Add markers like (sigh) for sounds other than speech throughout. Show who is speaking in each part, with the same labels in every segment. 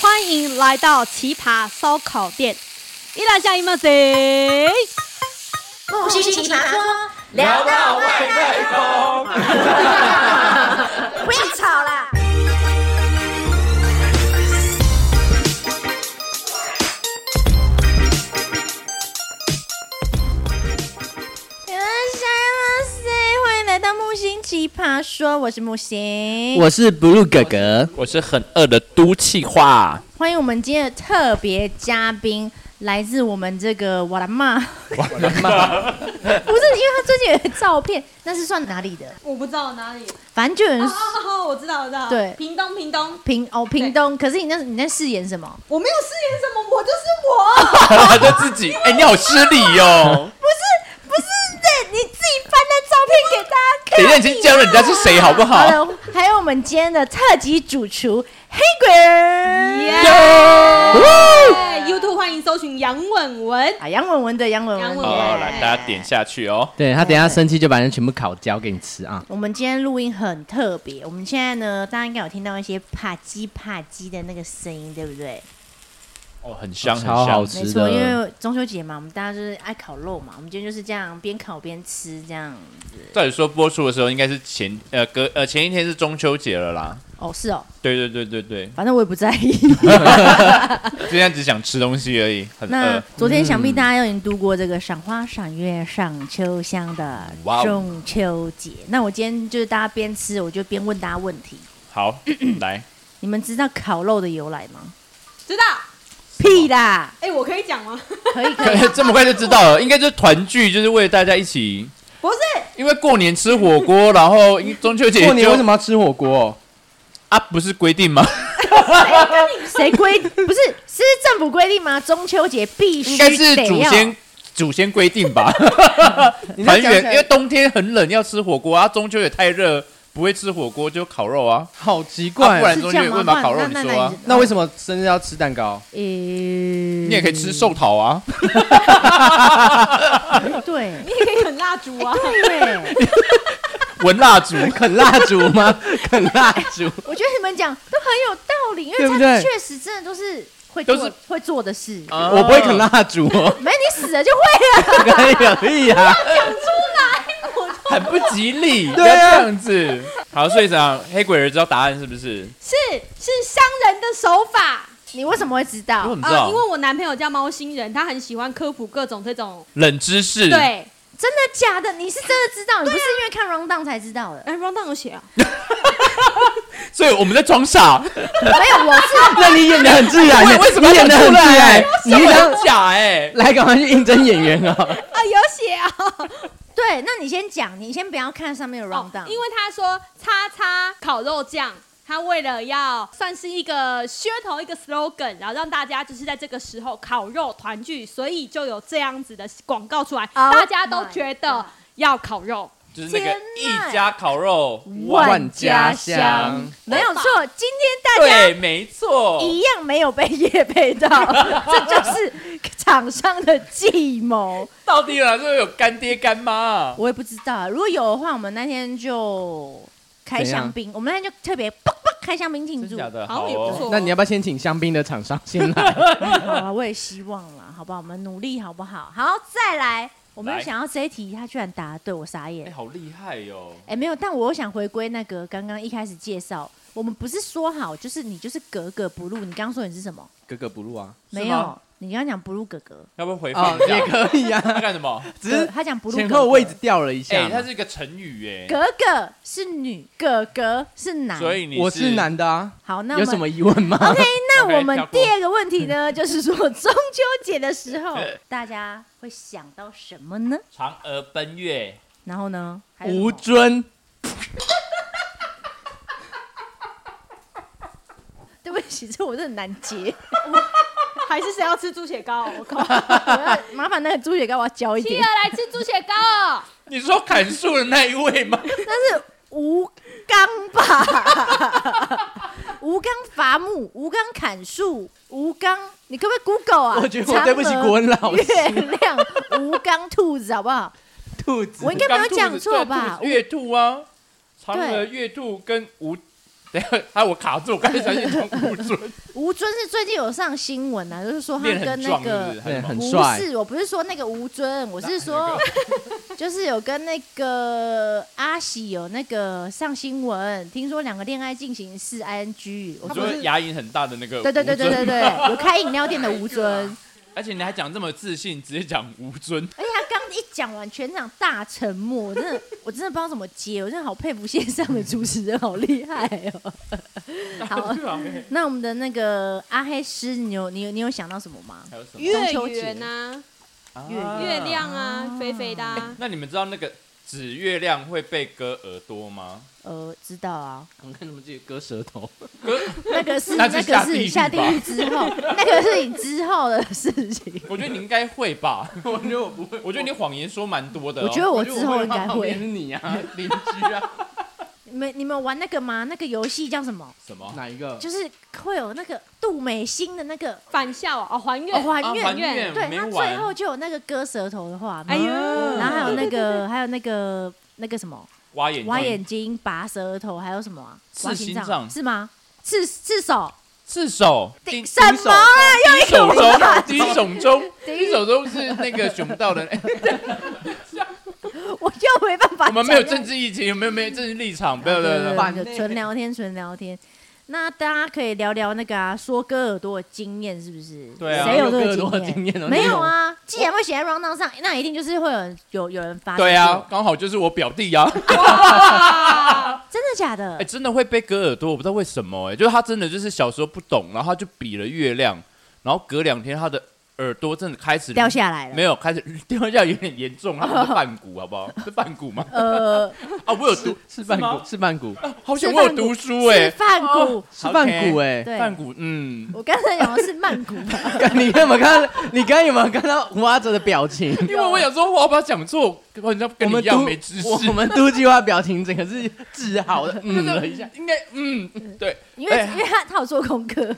Speaker 1: 欢迎来到奇葩烧烤店，依然下一幕谁？
Speaker 2: 不是奇葩说，
Speaker 3: 聊到外太空。
Speaker 2: 不要吵啦！有人想要谁？欢迎来到木星奇葩说，我是木星。
Speaker 4: 我是 Blue 哥哥，
Speaker 3: 我是很饿的都气话，
Speaker 2: 欢迎我们今天的特别嘉宾，来自我们这个我的妈，我的妈， (laughs) 不是因为他最近有个照片，那是算哪里的？
Speaker 1: 我不知道哪里。
Speaker 2: 反正就有人
Speaker 1: 哦，我知道，我知道。
Speaker 2: 对
Speaker 1: 屏东，屏东，
Speaker 2: 屏哦屏东，可是你那你在饰演什么？
Speaker 1: 我没有饰演什么，我就是我。(laughs)
Speaker 3: (laughs) 他就自 (laughs) 己，哎、你好失礼哦！ (laughs)
Speaker 2: 不是不是的，你自己翻的照片给大家看。啊
Speaker 3: 等一下，你先叫人家是谁好不好？
Speaker 2: 好了，还有我们今天的特级主厨黑鬼儿。
Speaker 1: 耶 YouTube 欢迎搜寻杨稳文。
Speaker 2: 啊，杨文文的杨文
Speaker 1: 杨
Speaker 2: 文
Speaker 1: 文
Speaker 2: 的，
Speaker 1: 文
Speaker 3: 哦，来，大家点下去哦。
Speaker 4: 对他等一下生气就把人全部烤焦给你吃啊！
Speaker 2: 我们今天录音很特别，我们现在呢，大家应该有听到一些啪叽啪叽的那个声音，对不对？
Speaker 3: 哦，很香，很
Speaker 4: 超好
Speaker 3: 香。
Speaker 4: 吃
Speaker 2: 没错，因为中秋节嘛，我们大家就是爱烤肉嘛，我们今天就是这样边烤边吃这样。
Speaker 3: 照理说播出的时候应该是前呃隔呃前一天是中秋节了啦。
Speaker 2: 哦，是哦，
Speaker 3: 对对对对对，
Speaker 2: 反正我也不在
Speaker 3: (laughs)
Speaker 2: 意。
Speaker 3: 今天只想吃东西而已，很
Speaker 2: 那
Speaker 3: 饿。
Speaker 2: 昨天想必大家已经度过这个赏花、赏月、赏秋香的
Speaker 3: 哇哦
Speaker 2: 中秋节。那我今天就是大家边吃，我就边问大家问题。
Speaker 3: 好，
Speaker 4: (laughs)
Speaker 3: 来， (laughs)
Speaker 2: 你们知道烤肉的由来吗？
Speaker 1: 知道？
Speaker 2: 屁啦，
Speaker 1: 哎，我可以
Speaker 2: (laughs)
Speaker 1: 讲吗？
Speaker 2: 可以可以。
Speaker 3: 这么快就知道了，应该就是团聚，就是为了大家一起，
Speaker 1: 不是，
Speaker 3: 因为过年吃火锅，然后中秋节
Speaker 4: 过年
Speaker 3: 就
Speaker 4: 哦为什么要吃火锅？
Speaker 3: 啊？不是规
Speaker 4: (laughs)
Speaker 3: 定吗？
Speaker 2: 谁规不是是政府规定吗？中秋节必须
Speaker 3: 应该是
Speaker 2: 得
Speaker 3: 祖
Speaker 2: 要
Speaker 3: 先祖先规定吧，
Speaker 4: 你
Speaker 3: 团
Speaker 4: 在讲
Speaker 3: 圆，因为
Speaker 4: 起来
Speaker 3: 冬天很冷，要吃火锅啊，中秋也太热，不会吃火锅就烤肉啊。
Speaker 4: 好奇
Speaker 3: 啊不
Speaker 4: 怪
Speaker 3: 然。
Speaker 2: 是这样
Speaker 3: 中秋
Speaker 2: 吗？
Speaker 3: 问吧烤肉
Speaker 2: 那呃
Speaker 3: 你说啊
Speaker 4: 那为
Speaker 2: 么？
Speaker 4: 什么生日要吃蛋糕？
Speaker 2: 呃，
Speaker 3: 你
Speaker 2: 你
Speaker 3: 也可以吃寿桃啊，
Speaker 2: 对
Speaker 1: 你也可以很蜡烛啊。
Speaker 2: 哎对，
Speaker 3: 闻蜡烛。
Speaker 4: 啃蜡烛吗？ (laughs) 啃蜡烛，
Speaker 2: 我觉得你们讲都很有道理，因为
Speaker 4: 对不
Speaker 2: 他
Speaker 4: 对
Speaker 2: 确实真的都是会
Speaker 3: 都
Speaker 2: 做
Speaker 3: 是
Speaker 2: 会做的事。
Speaker 4: (laughs)
Speaker 3: 啊
Speaker 4: 我不会啃蜡烛哦，
Speaker 2: 没你死了就会了。
Speaker 4: 可以可以啊！
Speaker 3: 很不吉利，不
Speaker 4: 对
Speaker 3: 要
Speaker 4: 啊
Speaker 3: 这样子。好，所以长黑鬼儿知道答案是不是？
Speaker 1: (laughs) 是是商人的手法
Speaker 2: 你为什么会知
Speaker 3: 我
Speaker 2: 道
Speaker 3: 怎？么
Speaker 1: 啊、
Speaker 3: 嗯知道
Speaker 1: 因？为我男朋友叫猫星人，他很喜欢科普各种这种。
Speaker 3: 冷知识。，
Speaker 1: 对，
Speaker 2: 真的假的？你是真的知道？你不
Speaker 3: 啊
Speaker 2: 是因为看 round down 才知道的？
Speaker 1: 哎 r o n d o w 有写啊，
Speaker 3: 所以我们在装傻。
Speaker 2: 没有，我是
Speaker 4: 那你演的很自然
Speaker 3: 为
Speaker 4: 耶，
Speaker 3: 为什么要
Speaker 4: 你演的很
Speaker 3: 讲出
Speaker 4: 自
Speaker 3: 来
Speaker 4: 然？欸你
Speaker 3: 你
Speaker 4: 想
Speaker 3: 很假
Speaker 4: (laughs)
Speaker 3: 哎，
Speaker 4: 来赶快去应征演员 (laughs) 哦。
Speaker 1: (laughs) 啊有写啊。
Speaker 2: 对。那你先讲，你先不要看上面的
Speaker 3: 哦
Speaker 2: round down，
Speaker 1: 因为他说叉叉烤肉酱，他为了要算是一个噱头，一个 slogan，然后让大家就是在这个时候烤肉团聚，所以就有这样子的广告出来，
Speaker 2: Oh
Speaker 1: 大家都觉
Speaker 2: my
Speaker 1: 得
Speaker 2: God
Speaker 1: 要烤肉。
Speaker 3: 就是那个
Speaker 2: 天哪
Speaker 3: 一家烤肉。
Speaker 4: 万家香，
Speaker 2: 没
Speaker 3: 哦
Speaker 2: 有错。今天大家
Speaker 3: 对，没错。
Speaker 2: 一样没有被叶配到，这就是厂商的计谋。
Speaker 3: 到底了，这有干爹干妈啊。
Speaker 2: 我也不知道啊，如果有的话，我们那天就开香槟，我们那天就特别叭叭开香槟庆
Speaker 3: 真
Speaker 2: 祝。 (laughs)
Speaker 3: 假的？
Speaker 1: 好像
Speaker 3: 好
Speaker 1: 也不
Speaker 3: 哦。
Speaker 1: 错
Speaker 4: 那你要不要先请香槟的厂商先 (laughs) 来？
Speaker 2: 好了，啊我也希望啦，好不好？我们努力好不好？好，再来。我没有
Speaker 3: 来
Speaker 2: 想到这一题，他居然答对，我傻眼
Speaker 3: 哎，。好厉害哟！
Speaker 2: 哎、没有，但我又想回归那个刚刚一开始介绍，我们不是说好，就是你就是格格不入。你刚刚说你是什么？
Speaker 4: 格格不入啊，
Speaker 3: 是吗
Speaker 2: 没有，你刚刚讲不入格格，
Speaker 3: 要不要回
Speaker 4: 啊
Speaker 3: 放一下
Speaker 4: 也？可以 (laughs) 啊，
Speaker 3: 他干什 (laughs) 么？
Speaker 4: 只是
Speaker 2: 他讲不入格
Speaker 4: 前
Speaker 2: 格
Speaker 4: 后位置掉了一下
Speaker 3: 哎，
Speaker 4: 嘛。
Speaker 3: 它是一个成语哎，
Speaker 2: 格格是女，哥哥是男。
Speaker 3: 所以你
Speaker 4: 我是男的啊，
Speaker 2: 好，那我
Speaker 4: 有什
Speaker 2: 们
Speaker 4: 么疑问吗？
Speaker 2: OK？那
Speaker 3: OK，
Speaker 2: 我们
Speaker 3: 跳过
Speaker 2: 第二个问题呢，就是说中秋节的时
Speaker 4: (laughs)
Speaker 2: 候，大家会想到什么呢？
Speaker 3: 嫦娥奔月，
Speaker 2: 然后呢？还有什么
Speaker 4: (laughs) 吴尊，
Speaker 2: 对不起，这我真的很难
Speaker 4: (laughs)
Speaker 2: 接，
Speaker 1: 还是谁要吃猪血糕？我靠！
Speaker 2: 我要麻烦那个猪血糕我要教一
Speaker 1: 企
Speaker 2: 点
Speaker 4: 啊
Speaker 1: 鹅。来吃猪血 (laughs) 糕，
Speaker 3: 你说砍树的那一
Speaker 2: (laughs)
Speaker 3: 位吗？
Speaker 2: 但是吴刚吧， (laughs) 吴刚伐木，吴刚砍树，吴刚，你可不可以 Google 啊？
Speaker 4: 我觉得我对不起
Speaker 2: 嫦娥
Speaker 4: 国文老师
Speaker 2: 月亮，吴刚兔子，好不好？
Speaker 4: 兔子
Speaker 3: (laughs)
Speaker 2: 我应该没有讲错吧
Speaker 3: 对兔子月兔啊，嫦
Speaker 2: 对
Speaker 3: 娥月兔跟吴 (laughs) 等一下，啊，我卡住，我刚才想起从古尊
Speaker 2: (laughs) 吴尊是最近有上新闻啊，就是说他
Speaker 3: 练
Speaker 2: 跟
Speaker 3: 很
Speaker 2: 那
Speaker 3: 壮，是不
Speaker 2: 个
Speaker 3: 是？还是什么
Speaker 4: 很
Speaker 2: 不
Speaker 4: 帅
Speaker 2: 是，我不是说那个吴尊，我 (laughs) 是说就是有跟那个阿喜有那个上新闻，听说两个恋爱进行式 ing，我
Speaker 3: 你
Speaker 2: 说
Speaker 3: 说牙龈很大的那个，
Speaker 2: 对对对对对，对，有开饮料店的吴
Speaker 3: (laughs)
Speaker 2: 尊，
Speaker 3: 啊而且你还讲这么自信，直接讲吴尊，
Speaker 2: 而且他哎刚一讲完，全场大沉默，我真的 (laughs) 我真的不知道怎么接，我真的好佩服线上的主持人，好厉害哦。
Speaker 3: (laughs)
Speaker 2: 好，那我们的那个阿黑师，你有你有你有想到什么吗？
Speaker 3: 还有什么
Speaker 1: 月
Speaker 2: 中秋节
Speaker 1: 圆啊，
Speaker 2: 啊
Speaker 1: 月亮啊，肥肥的啊。
Speaker 3: 那你们知道那个指月亮会被割耳朵吗？
Speaker 2: 呃，知道啊，
Speaker 4: 我看他们自己割舌 (laughs) 头，
Speaker 2: (laughs) 那个是
Speaker 3: 那
Speaker 2: 那
Speaker 3: 是
Speaker 2: 个
Speaker 3: 下
Speaker 2: 是
Speaker 3: 地狱
Speaker 2: 你下地狱
Speaker 3: 吧
Speaker 2: 之
Speaker 3: (laughs)
Speaker 2: 后，那个是你之后的事情。
Speaker 3: 我觉得你应该会吧，
Speaker 4: 我觉得我不会，
Speaker 3: 我觉得你谎言说蛮多的、
Speaker 2: 我
Speaker 3: 哦。
Speaker 2: 觉得我
Speaker 4: 我
Speaker 2: 之后应该
Speaker 4: 旁边
Speaker 2: 会。
Speaker 4: 是你啊，
Speaker 3: 邻居啊， (laughs)
Speaker 2: 你们你们玩那个吗？那个游戏叫什么？
Speaker 3: 什么？
Speaker 4: (laughs) 哪一个？
Speaker 2: 就是会有那个杜美心的那个
Speaker 1: 返校啊哦，还愿
Speaker 2: 哦，还
Speaker 3: 啊
Speaker 2: 愿
Speaker 3: 还
Speaker 1: 愿
Speaker 3: 愿
Speaker 2: 对
Speaker 3: 没
Speaker 2: 他最
Speaker 3: 玩
Speaker 2: 后就有那个割舌头的画
Speaker 1: 哎
Speaker 2: 面，
Speaker 1: 呦，
Speaker 2: 然后还有那
Speaker 1: 对对对
Speaker 2: 个还有那个那个什么
Speaker 3: 挖眼睛
Speaker 2: 挖眼睛、拔舌头，还有什么啊？
Speaker 3: 刺
Speaker 2: 挖
Speaker 3: 心
Speaker 2: 脏
Speaker 3: 脏
Speaker 2: 是吗？刺刺手
Speaker 3: 赤手
Speaker 2: 第
Speaker 3: 丁
Speaker 2: 什么啊？
Speaker 3: 丁
Speaker 2: 又一个
Speaker 3: 手中，丁手
Speaker 2: (laughs)
Speaker 3: 中，
Speaker 2: 丁
Speaker 3: 丁手中是那个熊道
Speaker 2: (laughs)
Speaker 3: 人。
Speaker 2: 我我又没办法。
Speaker 3: 我们没有政，治议题，有没有没有政治立场？不
Speaker 2: 对
Speaker 3: 要
Speaker 2: 对
Speaker 3: 不要不
Speaker 2: 对
Speaker 3: 要，
Speaker 2: 对，
Speaker 4: 烦
Speaker 2: 就
Speaker 4: 欸
Speaker 2: 纯聊天，纯聊天。那大家可以聊聊那个啊，说割耳朵的经验是不是？
Speaker 3: 对啊
Speaker 2: 谁有这
Speaker 4: 割
Speaker 2: 个
Speaker 4: 耳朵的
Speaker 2: 经
Speaker 4: 经验哦
Speaker 2: 没有啊，既然会写在 round down 上，那一定就是会有人有有人发。
Speaker 3: 对啊，，刚好就是我表
Speaker 2: (laughs)
Speaker 3: 弟啊，
Speaker 1: 哇
Speaker 2: 真的假的
Speaker 3: 哎，？真的会被割耳朵，我不知道为什么，哎，就是他真的就是小时候不懂，然后他就比了月亮，然后隔两天他的耳朵真的开始
Speaker 2: 掉下来
Speaker 3: 没
Speaker 2: 了。
Speaker 3: 有，开始掉下有点严重，它不
Speaker 2: (laughs)
Speaker 3: 是半骨，好不好？是半骨吗？ (laughs)
Speaker 2: 呃，
Speaker 3: 啊，我有读，
Speaker 4: 是啊半
Speaker 3: 吗
Speaker 4: 骨，是半骨，
Speaker 3: 好险
Speaker 2: 是
Speaker 3: 我有
Speaker 2: 半骨
Speaker 3: 读书
Speaker 2: 是
Speaker 3: 哎，
Speaker 2: 饭骨，
Speaker 4: 是半骨哎。 (laughs)
Speaker 2: 对，
Speaker 3: 半骨，嗯，
Speaker 2: 我刚才讲的是曼谷吧，
Speaker 4: 你有没有看到？你刚刚有没有看到吴阿哲的表 (laughs) 情？
Speaker 2: 啊
Speaker 3: 因为我想说，我要不要讲错？好像
Speaker 4: 我
Speaker 3: 跟你
Speaker 4: 们
Speaker 3: 一样
Speaker 4: 都
Speaker 3: 没知识，
Speaker 4: 我我们都计划表情整个是治好的，嗯了一下。
Speaker 3: 应该嗯，对，
Speaker 2: 因为
Speaker 3: 哎
Speaker 2: 因为他他有做功课，
Speaker 3: (laughs)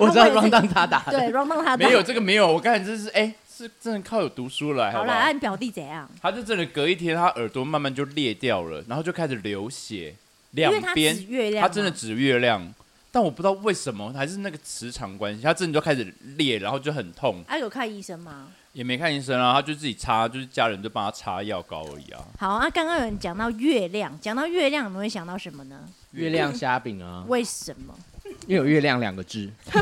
Speaker 4: 我知道 round down 他打的，
Speaker 2: 对，让让他打
Speaker 3: 没有。这个没有，我刚才真是哎，是真的靠有读书了，好
Speaker 2: 好
Speaker 3: 不
Speaker 2: 啦，
Speaker 3: 好
Speaker 2: 那？你表弟怎样？
Speaker 3: 他就真的隔一天，他耳朵慢慢就裂掉了，然后就开始流血，
Speaker 2: 因
Speaker 3: 两
Speaker 2: 为他指
Speaker 3: 边，
Speaker 2: 月亮嘛，
Speaker 3: 他真的指月亮。但我不知道为什么，还是那个磁场关系，他真的就开始裂，然后就很痛，
Speaker 2: 啊有看医生吗？
Speaker 3: 也没看医生啊，他就自己擦，就是家人就帮他擦药膏而已啊。
Speaker 2: 好啊，刚刚有人讲到月亮，讲到月亮，你们会想到什么呢？
Speaker 4: 月亮虾饼啊，
Speaker 2: 为什么？
Speaker 4: (laughs) 因为有月亮两个字，
Speaker 2: 对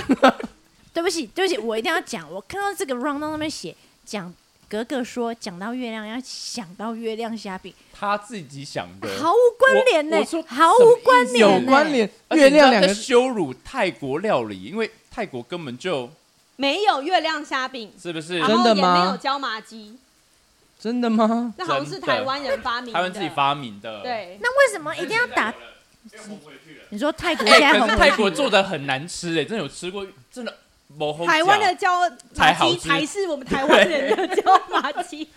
Speaker 2: 不起，对不起，我一定要讲。我看到这个 round 上面写讲格格说讲到月亮要想到月亮虾饼，
Speaker 3: 他自己想的，
Speaker 2: 毫无关联呢
Speaker 3: 我说，
Speaker 2: 毫无关联，
Speaker 4: 有关。联。
Speaker 3: 而且
Speaker 4: 月
Speaker 3: 你知
Speaker 4: 亮
Speaker 3: 道
Speaker 4: 两个
Speaker 3: 在羞辱泰国料理，因为泰国根本就
Speaker 1: 没有月亮虾饼，
Speaker 3: 是不是
Speaker 1: 然后也
Speaker 4: 真的吗
Speaker 1: 没有椒麻鸡，
Speaker 4: 真的吗？
Speaker 1: 那好像是台湾人发明的，
Speaker 3: 台湾自己发明的？，
Speaker 1: 对，
Speaker 2: 那为什么一定要打？你说泰国现
Speaker 3: (laughs)
Speaker 2: 在
Speaker 3: 哎、可
Speaker 2: 很
Speaker 3: 是泰国做的很难吃哎、真的有吃过，真的某红
Speaker 1: 台湾的椒麻
Speaker 3: 才好
Speaker 1: 鸡
Speaker 3: 吃
Speaker 1: 才是
Speaker 3: (laughs)
Speaker 1: 我们台湾人的椒麻鸡，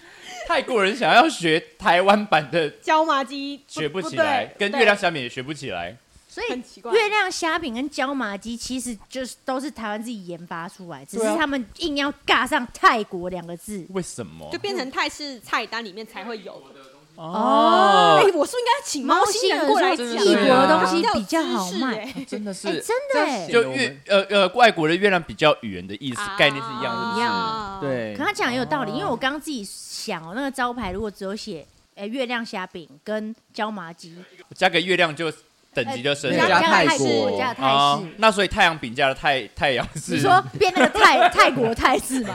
Speaker 3: 泰国人想要学台湾版的，
Speaker 1: 椒麻鸡
Speaker 3: 学不起来，
Speaker 1: 对
Speaker 3: 跟
Speaker 1: 对
Speaker 3: 月亮相比也学不起来。
Speaker 2: 所以
Speaker 1: 很奇怪。
Speaker 2: 月亮虾饼跟椒麻鸡其实就是都是台湾自己研发出来，只是
Speaker 3: 对啊
Speaker 2: 他们硬要尬上泰国两个字。
Speaker 3: 为什么
Speaker 1: 就？变成泰式菜单里面才会有的。
Speaker 2: 哦
Speaker 1: 哎、我是不是应该请猫星人过来讲，啊
Speaker 3: 呃猫星人说异国的东
Speaker 2: 西比较好卖
Speaker 1: 哎
Speaker 3: 真的是。
Speaker 2: 哎、真的哎、
Speaker 3: 就月呃呃，外国的月亮比较语言的意思、概念是一样，是不是？
Speaker 1: 啊，
Speaker 4: 对
Speaker 2: 可，他讲也有道
Speaker 3: 哦
Speaker 2: 理，因为我刚刚自己想哦，那个招牌如果只有写哎、月亮虾饼跟椒麻鸡，
Speaker 3: 加个月亮就等级就升
Speaker 4: 对
Speaker 3: 上
Speaker 4: 加
Speaker 3: 来
Speaker 4: 加泰
Speaker 2: 泰
Speaker 4: 国
Speaker 2: 哎加泰式。
Speaker 3: 哦那所以太阳饼加了太太阳是
Speaker 2: 你说变那个 (laughs) 泰泰国泰式 (laughs) 吗？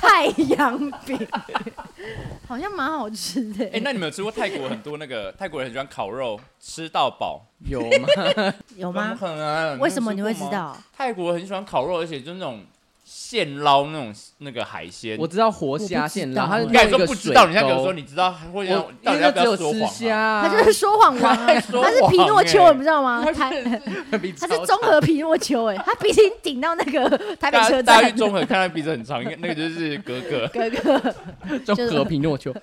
Speaker 2: 太阳饼 (laughs) 好像蛮好吃的、
Speaker 3: 哎、那你们有吃过泰国很多那个 (laughs) 泰国人很喜欢烤肉，吃到饱
Speaker 4: 有吗？
Speaker 2: 有
Speaker 3: 怎么
Speaker 2: 吗？
Speaker 3: 可能？
Speaker 2: 为什么你会
Speaker 3: 有吃
Speaker 2: 知
Speaker 3: 过吗？
Speaker 2: 道？
Speaker 3: 泰国很喜欢烤肉，而且就是那种现捞那种那个海鲜。
Speaker 4: 我知道活虾线啦，它
Speaker 2: 我不知道
Speaker 4: 是那个
Speaker 3: 你刚才说不知
Speaker 4: 水
Speaker 3: 道，你现在给我
Speaker 4: 沟
Speaker 3: 说你知道，或者
Speaker 4: 我因
Speaker 3: 到底
Speaker 4: 为
Speaker 3: 要
Speaker 4: 那
Speaker 3: 不
Speaker 4: 只
Speaker 3: 要
Speaker 4: 有
Speaker 3: 说
Speaker 4: 吃
Speaker 3: 谎、
Speaker 4: 虾
Speaker 3: 啊？
Speaker 4: 啊，
Speaker 3: (laughs)
Speaker 2: 他就是说谎王啊，
Speaker 3: 他说
Speaker 2: 他是
Speaker 3: 谎
Speaker 2: 皮诺丘，
Speaker 3: 欸
Speaker 2: 你知道吗？他
Speaker 4: 是
Speaker 2: 他是综合皮诺丘，哎，他鼻涕顶到那
Speaker 3: (laughs)
Speaker 2: 个台北
Speaker 3: 大
Speaker 2: 车
Speaker 3: 大家
Speaker 2: 站
Speaker 3: 去。综合看他鼻子很长，应该那个就是格
Speaker 4: (laughs)
Speaker 3: 格。
Speaker 2: 哥哥，
Speaker 4: 综
Speaker 2: 就是
Speaker 4: 合皮诺丘，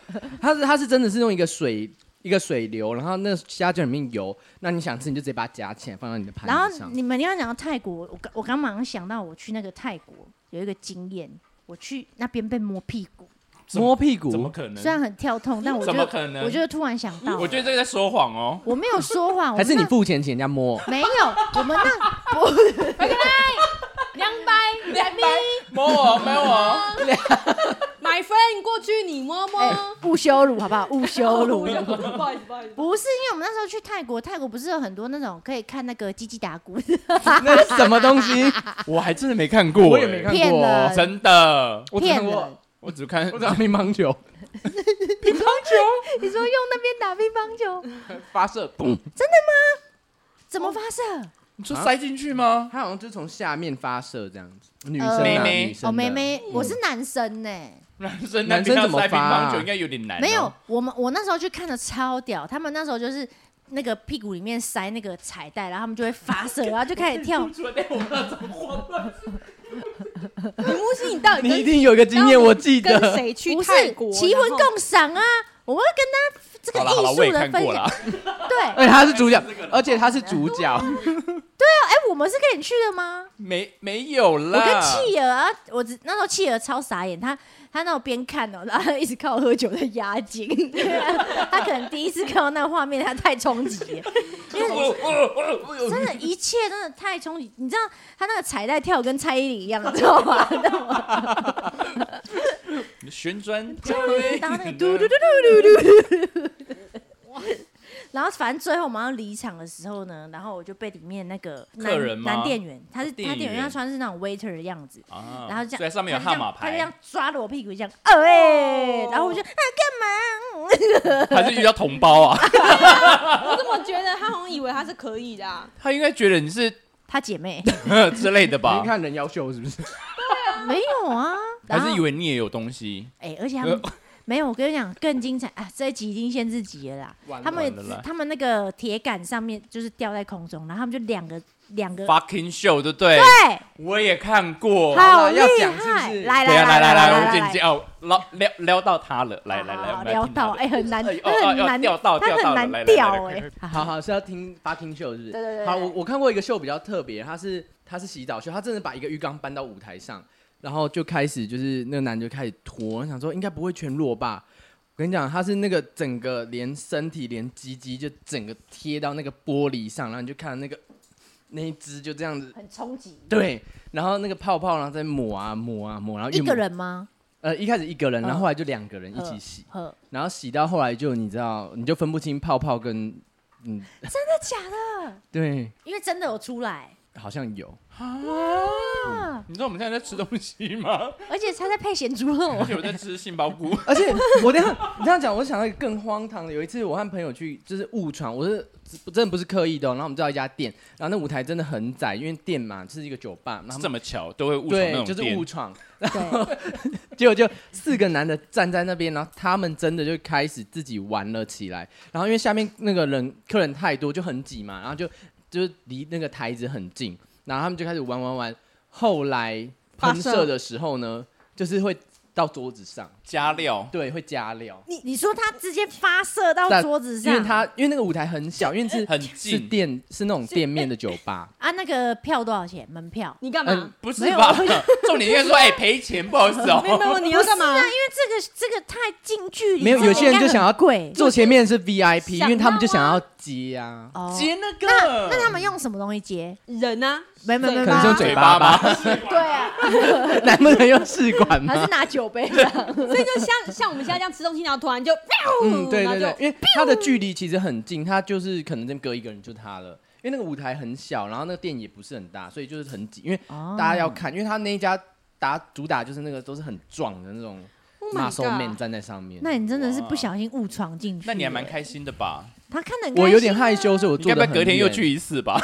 Speaker 4: 它是它是真的是用一个水一个水流，然后那虾就里面游，那你想吃你就直接把它夹起来放到你的
Speaker 2: 然
Speaker 4: 盘子
Speaker 2: 后
Speaker 4: 上。
Speaker 2: 你们要讲到泰国，我刚我刚马上想到，我去那个泰国有一个经验，我去那边被摸屁股，
Speaker 3: 怎么
Speaker 4: 摸屁股，
Speaker 3: 怎么可能？
Speaker 2: 虽然很跳痛，但我
Speaker 3: 怎
Speaker 2: 觉
Speaker 3: 么可
Speaker 2: 得
Speaker 3: 能
Speaker 2: 我觉得突然想到，
Speaker 3: 我觉得这个在说谎哦。
Speaker 2: 我没有说谎，我
Speaker 4: (laughs) 还是你
Speaker 2: 那
Speaker 4: 付钱请人家摸？
Speaker 2: (laughs) 没有，我们那不
Speaker 1: 两百两百
Speaker 3: 摸
Speaker 4: 啊
Speaker 3: 我，摸我，
Speaker 1: ，My friend 过去你摸摸。
Speaker 2: 哎不羞辱好不好？勿羞辱。
Speaker 1: 不好意思，不好意思。
Speaker 2: 不是，因为我们那时候去泰国，泰国不是有很多那种可以看那个鸡鸡打鼓，
Speaker 4: 那是什么东西？
Speaker 3: (laughs) 我还真的没看过，
Speaker 4: 我也没看
Speaker 2: 骗
Speaker 4: 过
Speaker 2: 了
Speaker 4: 哦，
Speaker 3: 过，真的，
Speaker 4: 我只
Speaker 2: 骗
Speaker 4: 看
Speaker 2: 人
Speaker 4: 过，。
Speaker 3: 我只看
Speaker 4: 我只看乒乓球，
Speaker 2: 你说用那边打乒乓球，
Speaker 3: (laughs) 发射，嘣，
Speaker 2: 怎么发射？
Speaker 3: 你说塞进去吗？
Speaker 4: 他好像就是从下面发射这样子，女生
Speaker 2: 妹
Speaker 4: 啊，
Speaker 3: 妹
Speaker 4: 女生的
Speaker 2: 哦，妹，妹，我是男生呢、
Speaker 3: 男生那
Speaker 4: 男生
Speaker 3: 边要
Speaker 4: 怎么
Speaker 3: 塞乒
Speaker 4: 发啊
Speaker 3: 乓球应该有点难哦，
Speaker 2: 没有，我们我那时候去看的超屌，他们那时候就是那个屁股里面塞那个彩带，然后他们就会发
Speaker 1: (laughs)
Speaker 2: 射，然后就开始跳。
Speaker 3: 出来，我不知道怎么慌乱。
Speaker 1: 李木西，你到底
Speaker 4: 你一
Speaker 1: 跟
Speaker 4: 定有一个经验，我记
Speaker 1: 跟
Speaker 4: 得。
Speaker 1: 谁去
Speaker 2: 不是
Speaker 1: 泰国？
Speaker 2: 奇魂
Speaker 1: 然后
Speaker 2: 共赏啊！我会跟他这个
Speaker 3: 好了好了，
Speaker 2: 艺
Speaker 3: 我也
Speaker 2: 术的
Speaker 3: 看
Speaker 2: 分
Speaker 3: 过了，
Speaker 2: 对，
Speaker 4: 而且他是主角，而且他是主角，
Speaker 2: 哎、我们是跟你去的吗？
Speaker 3: 没没有啦。
Speaker 2: 我跟企鹅啊，我只那时候企鹅超傻眼，他他那种边看哦、然后他一直靠喝酒在压 (laughs) 惊，啊他可能第一次看到那个画面，他太冲击了，因为
Speaker 3: 哦哦哦哦
Speaker 2: 真的，一切真的太冲击。你知道他那个彩带跳得跟蔡依林一样，你知道吗？ (laughs)
Speaker 3: 你的旋转，
Speaker 2: 当那个嘟嘟嘟嘟嘟嘟。然后反正最后我们要离场的时候呢，然后我就被里面那个男
Speaker 3: 客人吗哦
Speaker 2: 男店员，他是
Speaker 3: 店
Speaker 2: 他店员，
Speaker 3: 员
Speaker 2: 他穿的是那种 waiter 的样子，
Speaker 3: 啊
Speaker 2: 然后这样
Speaker 3: 所以上面有
Speaker 2: 他就这
Speaker 3: 号
Speaker 2: 样
Speaker 3: 码
Speaker 2: 他就这样
Speaker 3: 牌，哦
Speaker 2: 抓着我屁股这样，呃哎、然后我就啊干嘛？
Speaker 3: 还是遇到同胞啊？
Speaker 1: 我怎么觉得他好像以为他是可以的、啊？
Speaker 3: 他应该觉得你是
Speaker 2: 他姐妹 (laughs)
Speaker 3: 之类的吧
Speaker 4: 你？看人妖秀是不是？
Speaker 2: 没有啊，
Speaker 3: 还
Speaker 2: 然
Speaker 3: 是
Speaker 2: 后
Speaker 3: 以为你也有东西？
Speaker 2: 哎、而且他们、
Speaker 3: 呃
Speaker 2: (laughs) 没有，我跟你讲更精彩啊！这一集已经限制级了啦，
Speaker 4: 完了
Speaker 2: 他们
Speaker 3: 完了啦
Speaker 2: 他们那个铁杆上面就是吊在空中，然后他们就两个两个
Speaker 3: fucking show，对不对？
Speaker 2: 对。
Speaker 3: 我也看过。
Speaker 2: 好
Speaker 4: 要
Speaker 2: 厉
Speaker 4: 讲是不
Speaker 2: 害！
Speaker 4: 是
Speaker 2: 来
Speaker 3: 对啊
Speaker 2: 来
Speaker 3: 来来
Speaker 2: 来
Speaker 3: 来，我们姐姐哦，撩撩撩到他了，来来来，我们来
Speaker 2: 聊
Speaker 3: 听他
Speaker 2: 到
Speaker 3: 的
Speaker 2: 哎，很难，
Speaker 3: 哎哦
Speaker 2: 那很
Speaker 3: 哦
Speaker 2: 难
Speaker 3: 掉到
Speaker 2: 它
Speaker 3: 掉到了
Speaker 2: 很
Speaker 3: 来来
Speaker 2: 难
Speaker 3: 来
Speaker 2: 掉
Speaker 3: 来
Speaker 2: 哎
Speaker 4: (laughs)
Speaker 3: 来。
Speaker 4: 好好是要听发听秀是不是？
Speaker 2: 对对对
Speaker 4: 好，我
Speaker 2: 对
Speaker 4: 我看过一个秀比较特别，他是他是洗澡秀，他真的把一个浴缸搬到舞台上，然后就开始就是那个男的就开始脱，我想说应该不会全裸吧。我跟你讲，他是那个整个连身体连鸡鸡就整个贴到那个玻璃上，然后你就看那个 (laughs) 那一只就这样子，
Speaker 2: 很冲击。
Speaker 4: 对，然后那个泡泡然后再抹啊抹啊抹，然后越
Speaker 2: 一个
Speaker 4: 抹
Speaker 2: 人吗？
Speaker 4: 呃一开始一个人，然
Speaker 2: 嗯
Speaker 4: 后后来就两个人一起洗，
Speaker 2: 呵，
Speaker 4: 然后洗到后来就你知道你就分不清泡泡跟嗯
Speaker 2: 真的假的？
Speaker 4: 对。
Speaker 2: 因为真的有出来
Speaker 4: 好像有，
Speaker 2: 啊，
Speaker 3: 你知道我们现在在吃东西 (laughs) 吗？
Speaker 2: 而且他在配咸猪肉
Speaker 3: (laughs) 而。且我在吃杏鲍菇，
Speaker 4: 而且我这样你这样讲，我想到一个更荒唐的。有一次，我和朋友去，就是误闯，我是真的不是刻意的哦、然后我们到一家店，然后那舞台真的很窄，因为店嘛是一个酒吧，然后
Speaker 3: (laughs) 这么巧都会误闯那
Speaker 4: 对，就
Speaker 3: 种
Speaker 4: 是误
Speaker 3: 店。
Speaker 4: 闯。
Speaker 2: 对，
Speaker 4: 结果就四个男的站在那边，然后他们真的就开始自己玩了起来。然后因为下面那个人客人太多，就很挤嘛，然后就就是离那个台子很近，然后他们就开始玩玩玩。后来
Speaker 1: 发
Speaker 4: 喷
Speaker 1: 射
Speaker 4: 射的时候呢，就是会到桌子上，
Speaker 3: 加料，
Speaker 4: 对，会加料。
Speaker 2: 你你说他直接发射到
Speaker 4: 但
Speaker 2: 桌子
Speaker 4: 因
Speaker 2: 上，，
Speaker 4: 为它因为那个舞台很小，因为是
Speaker 3: 很
Speaker 4: 是
Speaker 3: 近，
Speaker 4: 店是那种店面的酒吧
Speaker 2: 啊，那个票多少钱？门票？
Speaker 1: 你干嘛？
Speaker 4: 嗯
Speaker 3: 不是吧？重点应该说，哎，赔钱，不好意思
Speaker 1: 没有
Speaker 3: 哦。
Speaker 1: 没有，你要干嘛
Speaker 2: 不是啊？因为这个这个太近距离，
Speaker 4: 没有
Speaker 2: 这个
Speaker 4: 有些人
Speaker 2: 应该
Speaker 4: 就想要
Speaker 2: 很贵
Speaker 4: 坐前 (laughs) 面是 VIP，
Speaker 1: 想
Speaker 4: 因为他们就
Speaker 1: 要啊
Speaker 4: 想要接啊，
Speaker 2: 哦。
Speaker 3: 接那
Speaker 2: 那
Speaker 3: 个
Speaker 2: 那他们用什么东西接？
Speaker 1: 人啊，
Speaker 2: 没没没，
Speaker 4: 可能是
Speaker 2: 没
Speaker 4: 用嘴巴吧，
Speaker 2: (laughs) 对啊，
Speaker 4: (laughs) 难不成用试管
Speaker 2: 还是
Speaker 4: 吗？
Speaker 2: 拿酒
Speaker 4: (laughs)
Speaker 2: 杯的？
Speaker 1: 所以就像像我们现在这样吃东西，然后突然就，
Speaker 4: 嗯，对
Speaker 1: 然后
Speaker 4: 对
Speaker 1: 就
Speaker 4: 对，因为它的距离其实很近，它就是可能这边隔一个人就他了。因为那个舞台很小，然后那个店也不是很大，所以就是很挤。因为
Speaker 2: 哦
Speaker 4: 大家要看，因为他那一家打主打就是那个都是很壮的那种
Speaker 1: Oh my
Speaker 4: muscle man
Speaker 1: god
Speaker 4: 站在上面。
Speaker 2: 那你真的是不小心误闯进去。
Speaker 3: 那你还蛮开心的吧？
Speaker 2: 他看的、
Speaker 4: 我有点害羞，所以我
Speaker 3: 你
Speaker 4: 坐
Speaker 3: 该
Speaker 4: 得
Speaker 3: 不
Speaker 4: 很
Speaker 3: 会隔天又
Speaker 4: 远
Speaker 3: 去一次吧？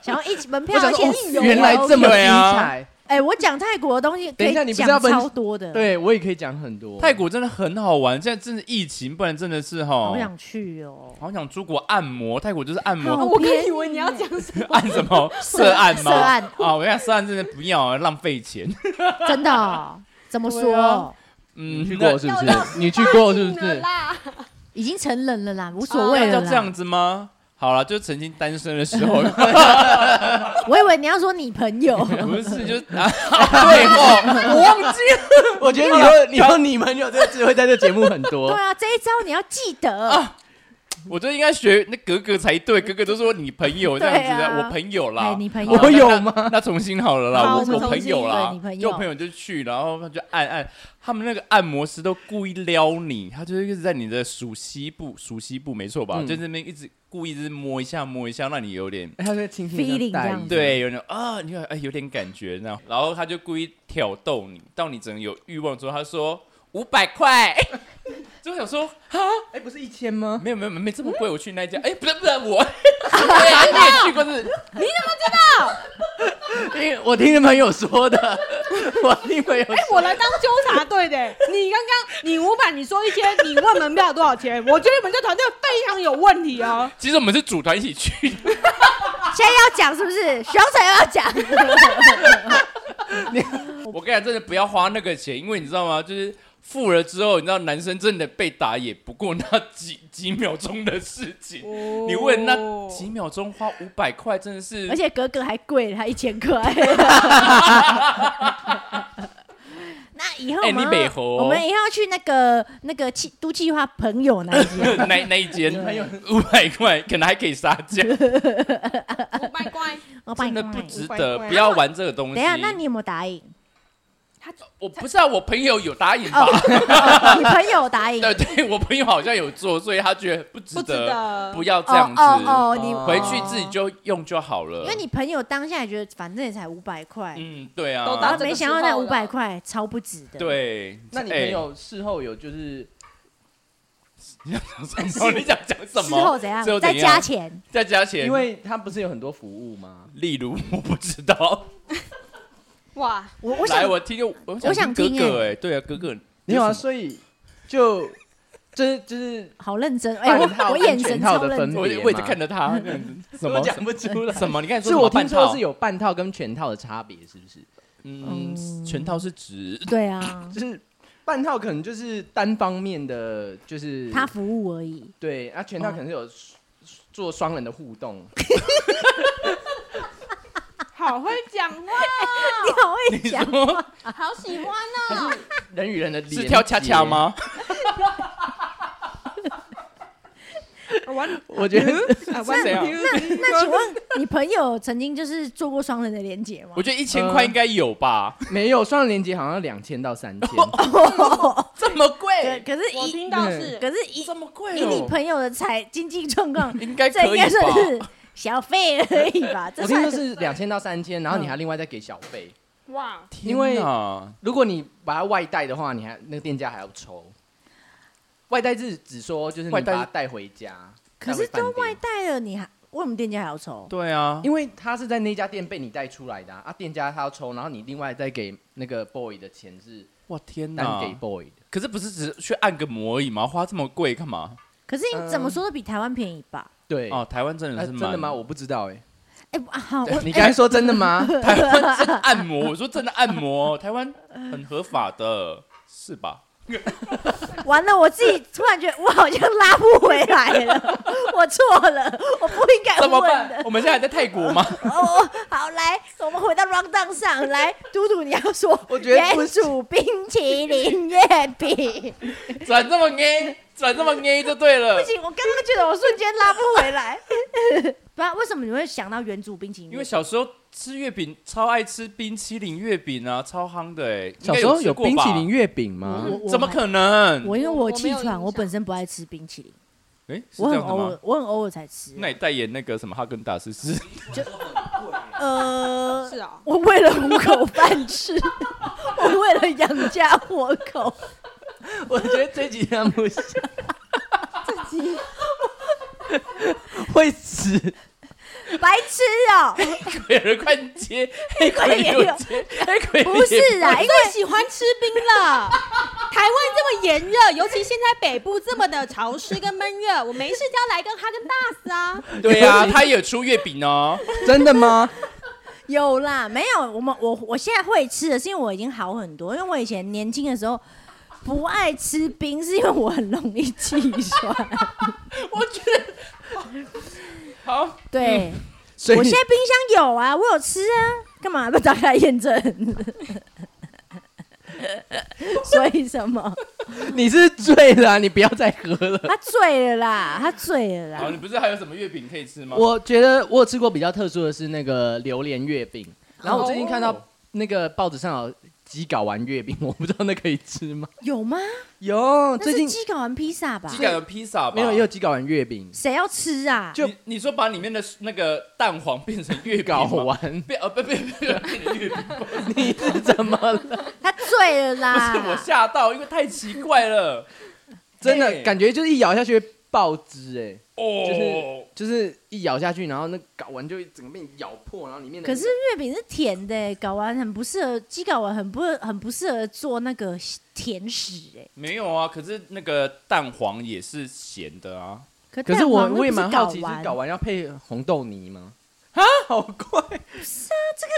Speaker 2: 想要一起门票
Speaker 4: 我想说，
Speaker 2: 先
Speaker 4: 哦
Speaker 2: 硬，
Speaker 4: 原来这么
Speaker 3: 对
Speaker 4: 精
Speaker 3: 啊
Speaker 4: 彩。
Speaker 2: 哎、我讲泰国的东西可
Speaker 4: 等
Speaker 2: 以
Speaker 4: 一下你不是
Speaker 2: 讲
Speaker 4: 要分
Speaker 2: 超多的，，
Speaker 4: 对我也可以讲很多。
Speaker 3: 泰国真的很好玩，现在真的疫情，不然真的是哈
Speaker 2: 好，想去哦。
Speaker 3: 好想出国按摩。泰国就是按摩，
Speaker 2: 好
Speaker 1: 我刚以为你要讲什么，
Speaker 3: (laughs) 按什么涉案
Speaker 2: 涉
Speaker 3: 吗？
Speaker 2: 案
Speaker 3: 啊！我想涉案真的不要啊，浪费钱。
Speaker 2: 真的哦、怎么说、
Speaker 3: 对啊嗯
Speaker 4: 你去过是不
Speaker 1: 要要
Speaker 4: 是？你去过是不
Speaker 1: 你了
Speaker 4: 是？
Speaker 1: 啦，
Speaker 4: 啊
Speaker 2: 已经成人了啦，无所谓
Speaker 3: 哦要
Speaker 2: 了
Speaker 3: 这
Speaker 2: 啦。
Speaker 3: 样子吗？好了，就曾经单身的
Speaker 2: (laughs)
Speaker 3: 时候，
Speaker 2: 我以为你要说你朋友，
Speaker 4: (laughs)
Speaker 3: 不是就是啊，对哦，
Speaker 4: 我忘记了。我觉得你有你有你们有这个智慧，在这节目很
Speaker 2: 对
Speaker 4: 多。
Speaker 2: 啊，这一招你要记得。
Speaker 4: 啊
Speaker 3: 我就应该学那格格才对，格格都说你朋友这样子
Speaker 2: 对
Speaker 3: 的，
Speaker 2: 啊
Speaker 3: 我朋友啦
Speaker 2: 哎，你朋友
Speaker 3: 好那
Speaker 4: 我有吗
Speaker 3: 那那重新好了啦，
Speaker 1: 好
Speaker 3: 我
Speaker 1: 我们
Speaker 3: 我
Speaker 1: 重
Speaker 3: 朋
Speaker 1: 新
Speaker 3: 友啦
Speaker 2: 对你朋，
Speaker 3: 就
Speaker 2: 友
Speaker 3: 我朋友就去，然后他就按按，他们那个按摩师都故意撩你，他就是一直在你的属膝部，属膝部没错吧？
Speaker 4: 嗯
Speaker 3: 就在那边一直故意就是摸一下摸一下，让你有点
Speaker 4: 哎他就轻轻
Speaker 2: Feeling
Speaker 4: 地带
Speaker 2: 这样子
Speaker 3: 对，有点啊，你有哎有点感觉这样，然后他就故意挑逗你，到你整个有欲望之后，他说五百
Speaker 2: (laughs)
Speaker 3: 块，就想说
Speaker 4: 哎，不是一千吗？
Speaker 3: 没有没有没这么贵，我去那一家，哎不是不是
Speaker 2: (laughs)
Speaker 3: 我，对啊你也去过是不是？
Speaker 4: 因为我听朋友说的， (laughs) 我听朋友
Speaker 1: 哎、我来当纠察队的、 (laughs) 你刚刚你五百，你说一千，你问门票多少钱？ (laughs) 我觉得你们这团队非常有问题哦。
Speaker 3: 其实我们是组团一起去的，
Speaker 2: 现在要讲是不是？熊仔要
Speaker 3: (laughs)
Speaker 2: 讲，
Speaker 3: 我跟你讲真的不要花那个钱，因为你知道吗？就是。付了之后，你知道男生真的被打也不过那几 (laughs) 几秒钟的事情。 (laughs)
Speaker 2: 哦
Speaker 3: 你问
Speaker 1: 哦
Speaker 3: 那几秒钟花五百块，真的是
Speaker 2: 而且格格还贵了，还一千
Speaker 3: (laughs)
Speaker 2: 块。那以后我
Speaker 3: 哎
Speaker 2: 们
Speaker 3: 你
Speaker 2: 要、
Speaker 3: 美猴哦
Speaker 2: 我们以后要去那个那个气都计划朋友
Speaker 3: (laughs)
Speaker 2: 那一集，
Speaker 3: (laughs) 那那一间五百块，可能还可以杀价，
Speaker 1: 五百
Speaker 3: (laughs)
Speaker 1: 块，
Speaker 2: 我帮
Speaker 3: 真
Speaker 2: 你
Speaker 3: 的
Speaker 2: 卖
Speaker 3: 不值
Speaker 1: 500
Speaker 3: 得，
Speaker 1: 块
Speaker 3: 不要玩这个东西。
Speaker 2: 哦等一下，那你有没有答
Speaker 3: (laughs)
Speaker 2: 应？
Speaker 3: 我不知道我朋友有答应吧？
Speaker 2: 哦你朋友有答
Speaker 3: (laughs)
Speaker 2: 应？
Speaker 3: 对 (laughs) 对，我朋友好像有做，所以他觉得不值
Speaker 1: 不值得
Speaker 3: 不要这
Speaker 2: 哦
Speaker 3: 样子，
Speaker 2: 哦哦，你
Speaker 3: 回去自己，就用就好了。
Speaker 2: 因为你朋友当下也觉得反正也才五百块，
Speaker 3: 嗯，对
Speaker 1: 都
Speaker 2: 然
Speaker 1: 到
Speaker 3: 啊，
Speaker 2: 后
Speaker 1: 这个
Speaker 2: 没想到那
Speaker 1: 时候
Speaker 2: 五
Speaker 1: 了
Speaker 2: 百块超不值得。，
Speaker 3: 对。
Speaker 4: 那你朋友事后有就是
Speaker 3: 哎，然后 (laughs) 你想讲什
Speaker 2: 事后
Speaker 3: 么？
Speaker 2: 怎样
Speaker 3: 事后？
Speaker 2: 再
Speaker 3: 怎样
Speaker 2: 加钱，
Speaker 3: 再加钱，
Speaker 4: 因为他不是有很多服务吗？
Speaker 3: 例如 (laughs) 我不知道，
Speaker 1: 哇，
Speaker 2: 我我想
Speaker 3: 来我听就我
Speaker 2: 我想
Speaker 3: 哥
Speaker 2: 听
Speaker 3: 哥哎，对啊，哥哥
Speaker 4: 没有啊，
Speaker 3: 有什
Speaker 4: 所以就就是就是
Speaker 2: 好认真，哎，我
Speaker 4: 半套
Speaker 2: 我
Speaker 4: 跟
Speaker 2: 眼
Speaker 4: 全
Speaker 2: 神超
Speaker 4: 套的
Speaker 2: 认
Speaker 4: 分
Speaker 2: 真，
Speaker 3: 我
Speaker 4: 别
Speaker 3: 我也在
Speaker 4: 嘛
Speaker 3: 看着他这样子，啊 (laughs) 什么
Speaker 4: 都讲不出来。
Speaker 3: 什么？你刚才
Speaker 4: 是
Speaker 3: 什么
Speaker 4: 我听
Speaker 3: 半
Speaker 4: 说
Speaker 3: 套
Speaker 4: 是有半套跟全套的差别，是不是？
Speaker 3: 嗯，
Speaker 2: 嗯
Speaker 3: 全套是指
Speaker 2: 对啊，
Speaker 4: 就是半套可能就是单方面的，就是
Speaker 2: 他服务而已。
Speaker 4: 对，啊，全套可能是有做双人的互 (laughs) 动，
Speaker 1: 好会讲话，
Speaker 2: 你好会讲，
Speaker 1: (laughs) 好喜欢哦。
Speaker 4: 人与人的连
Speaker 3: (laughs) 是跳恰恰
Speaker 4: 接？
Speaker 3: 吗？
Speaker 1: 哦
Speaker 4: 我觉得 (laughs)
Speaker 1: 啊
Speaker 3: 是谁啊
Speaker 2: 那请问你朋友曾经就是做过双人的连接吗
Speaker 3: 我？觉得一千块应该
Speaker 2: (laughs)
Speaker 3: 有吧，
Speaker 4: 没有双人连接，好像两千到三千。
Speaker 2: (laughs)
Speaker 3: 这么
Speaker 2: 可
Speaker 3: 贵，
Speaker 2: 可是
Speaker 1: (laughs) 我
Speaker 2: 以
Speaker 1: 听到是
Speaker 2: 可是以
Speaker 3: 这么贵
Speaker 2: 以你
Speaker 3: 哦，
Speaker 2: 朋友的财经济状况，
Speaker 3: 应该
Speaker 2: 这
Speaker 3: 可
Speaker 2: 应
Speaker 3: 以
Speaker 2: 该算
Speaker 3: 吧？
Speaker 2: 是小费而已吧？这
Speaker 4: 我听
Speaker 2: 算
Speaker 4: 说是两千到三千，然后你还另外再给小费。
Speaker 3: 嗯
Speaker 1: 哇，
Speaker 4: 因为
Speaker 3: 天哪
Speaker 4: 如果你把它外带的话，你还那个店家还要抽。外带是只说就是你
Speaker 3: 外
Speaker 4: 把
Speaker 3: 带
Speaker 4: 它带回家，
Speaker 2: 可是
Speaker 4: 带回
Speaker 2: 都
Speaker 4: 饭店
Speaker 2: 外带了，你还为什么店家还要抽？
Speaker 3: 对啊，
Speaker 4: 因为他是在那家店被你带出来的啊，啊店家他要抽，然后你另外再给那个 boy 的钱是
Speaker 3: 哇天
Speaker 4: 单
Speaker 3: 哪
Speaker 4: 给！boy 的，
Speaker 3: 可是不是只去按个摩而已吗？花这么贵干嘛？
Speaker 2: 可是你怎么说都比台湾便宜吧？
Speaker 4: 对，
Speaker 3: 哦，台湾真
Speaker 4: 呃
Speaker 3: 的是
Speaker 4: 真
Speaker 3: 蛮
Speaker 2: (laughs)
Speaker 4: 的吗？我不知道哎、
Speaker 2: 哎、啊好，
Speaker 4: 欸
Speaker 2: 我，
Speaker 4: 你刚才说真的吗？
Speaker 3: 台湾真的按摩，我说真的按摩，台湾很合法的，是
Speaker 2: (laughs)
Speaker 3: 吧？
Speaker 2: 哎完了，我自己突然觉得我好像拉不回来了，我错了，我不应该
Speaker 3: (laughs) 怎么
Speaker 2: 问
Speaker 3: 办
Speaker 2: 的？。
Speaker 3: 我们现在还在泰国吗？ (laughs)
Speaker 2: 哦，好，来，我们回到 round down 上来，嘟嘟，你要说，
Speaker 4: 我觉得不
Speaker 2: 原主冰淇淋月饼，
Speaker 3: 转这么 A，转这么 A 就对
Speaker 2: 不
Speaker 3: 了。
Speaker 2: 行，我刚刚觉得我瞬间拉不回来。 (laughs) 不然为什么你会想到原主冰淇淋？
Speaker 3: 因为小时候吃月饼，超爱吃冰淇淋月饼啊，超夯的哎。应
Speaker 4: 小
Speaker 3: 该
Speaker 4: 时候
Speaker 3: 吃
Speaker 4: 有
Speaker 3: 过
Speaker 4: 冰淇
Speaker 3: 吧
Speaker 4: 淋月饼吗？
Speaker 2: 我我
Speaker 3: 怎么可能？
Speaker 2: 我因为
Speaker 1: 我
Speaker 2: 我
Speaker 1: 我没
Speaker 2: 气
Speaker 1: 有印
Speaker 2: 喘，我
Speaker 1: 象
Speaker 2: 本身不爱吃冰淇淋，
Speaker 3: 哎、是
Speaker 2: 我
Speaker 3: 这
Speaker 2: 很
Speaker 3: 样的
Speaker 2: 偶
Speaker 3: 吗
Speaker 2: 尔？，我很偶尔才吃。
Speaker 3: 那你代言那个什么哈根达斯是？
Speaker 2: 呃，
Speaker 1: 是啊，
Speaker 2: (laughs) 我为了糊口饭吃， (laughs) 我为了养家活口，
Speaker 4: (laughs) 我觉得这几天不行，
Speaker 1: 自己
Speaker 4: 会死。
Speaker 2: 白痴哦、
Speaker 3: 鬼人快接，黑鬼也
Speaker 4: (laughs)
Speaker 3: 有接，黑鬼
Speaker 2: 不是啊，因为
Speaker 1: 最喜欢吃冰 (laughs) 了。台湾这么炎热，尤其现在北部这么的潮湿跟闷热，我没事就要来根哈根达斯啊。
Speaker 3: 对啊，他也有出月
Speaker 4: (laughs)
Speaker 3: 饼哦。
Speaker 4: 真的吗？
Speaker 2: 有啦，没有，我们我我现在会吃的是因为我已经好很多，因为我以前年轻的时候不爱吃
Speaker 3: (laughs)
Speaker 2: 冰，是因为我很容易气喘。
Speaker 3: 我觉得好，嗯
Speaker 2: 对，
Speaker 4: 所以
Speaker 2: 我现在冰箱有啊，我有吃啊，干嘛 (laughs) 不打开验证？所以什
Speaker 4: (laughs)
Speaker 2: 么？
Speaker 4: 你是醉了啊、你不要再喝了。
Speaker 2: 他醉了啦，他醉了
Speaker 3: 好，
Speaker 2: 啦
Speaker 3: 哦你。不是还有什么月饼可以吃吗？
Speaker 4: (laughs) 我觉得我有吃过比较特殊的是那个榴莲月饼，然后我最近看
Speaker 3: 哦
Speaker 4: 到那个报纸上有鸡睾丸月饼，我不知道那可以吃吗？
Speaker 2: 有吗？
Speaker 4: 有，
Speaker 2: 那
Speaker 4: 最
Speaker 2: 是
Speaker 4: 近
Speaker 2: 鸡睾丸披萨吧
Speaker 3: 鸡？改的披萨吧，
Speaker 4: 没有也有鸡睾丸月饼，
Speaker 2: 谁要吃啊？
Speaker 4: 就
Speaker 3: 你你说把里面的那个蛋黄变成月饼吗
Speaker 4: 睾，丸，
Speaker 3: 变呃不不不不变成月饼，
Speaker 4: 你是怎么了？
Speaker 2: 他醉了
Speaker 3: 不
Speaker 2: 啦！
Speaker 3: 是我吓到，因为太奇怪
Speaker 4: (laughs)
Speaker 3: 了，
Speaker 4: (laughs) 真的
Speaker 3: 嘿
Speaker 4: 感觉就是一咬下去会爆汁哎、
Speaker 3: 哦，
Speaker 4: 就是一咬下去，然后那睾丸就会整个被你咬破，然后里面的
Speaker 2: 可是月饼是甜的、睾丸很不适合，鸡睾丸很不很不适合做那个甜食哎、
Speaker 3: 没有啊，可是那个蛋黄也是咸的啊，
Speaker 2: 可
Speaker 4: 可是
Speaker 2: 蛋
Speaker 4: 我
Speaker 2: 黄
Speaker 4: 我也
Speaker 2: 那
Speaker 4: 蛮
Speaker 2: 不是
Speaker 4: 好奇，是
Speaker 2: 丸
Speaker 4: 睾丸要配红豆泥吗？啊，好怪！
Speaker 2: 这个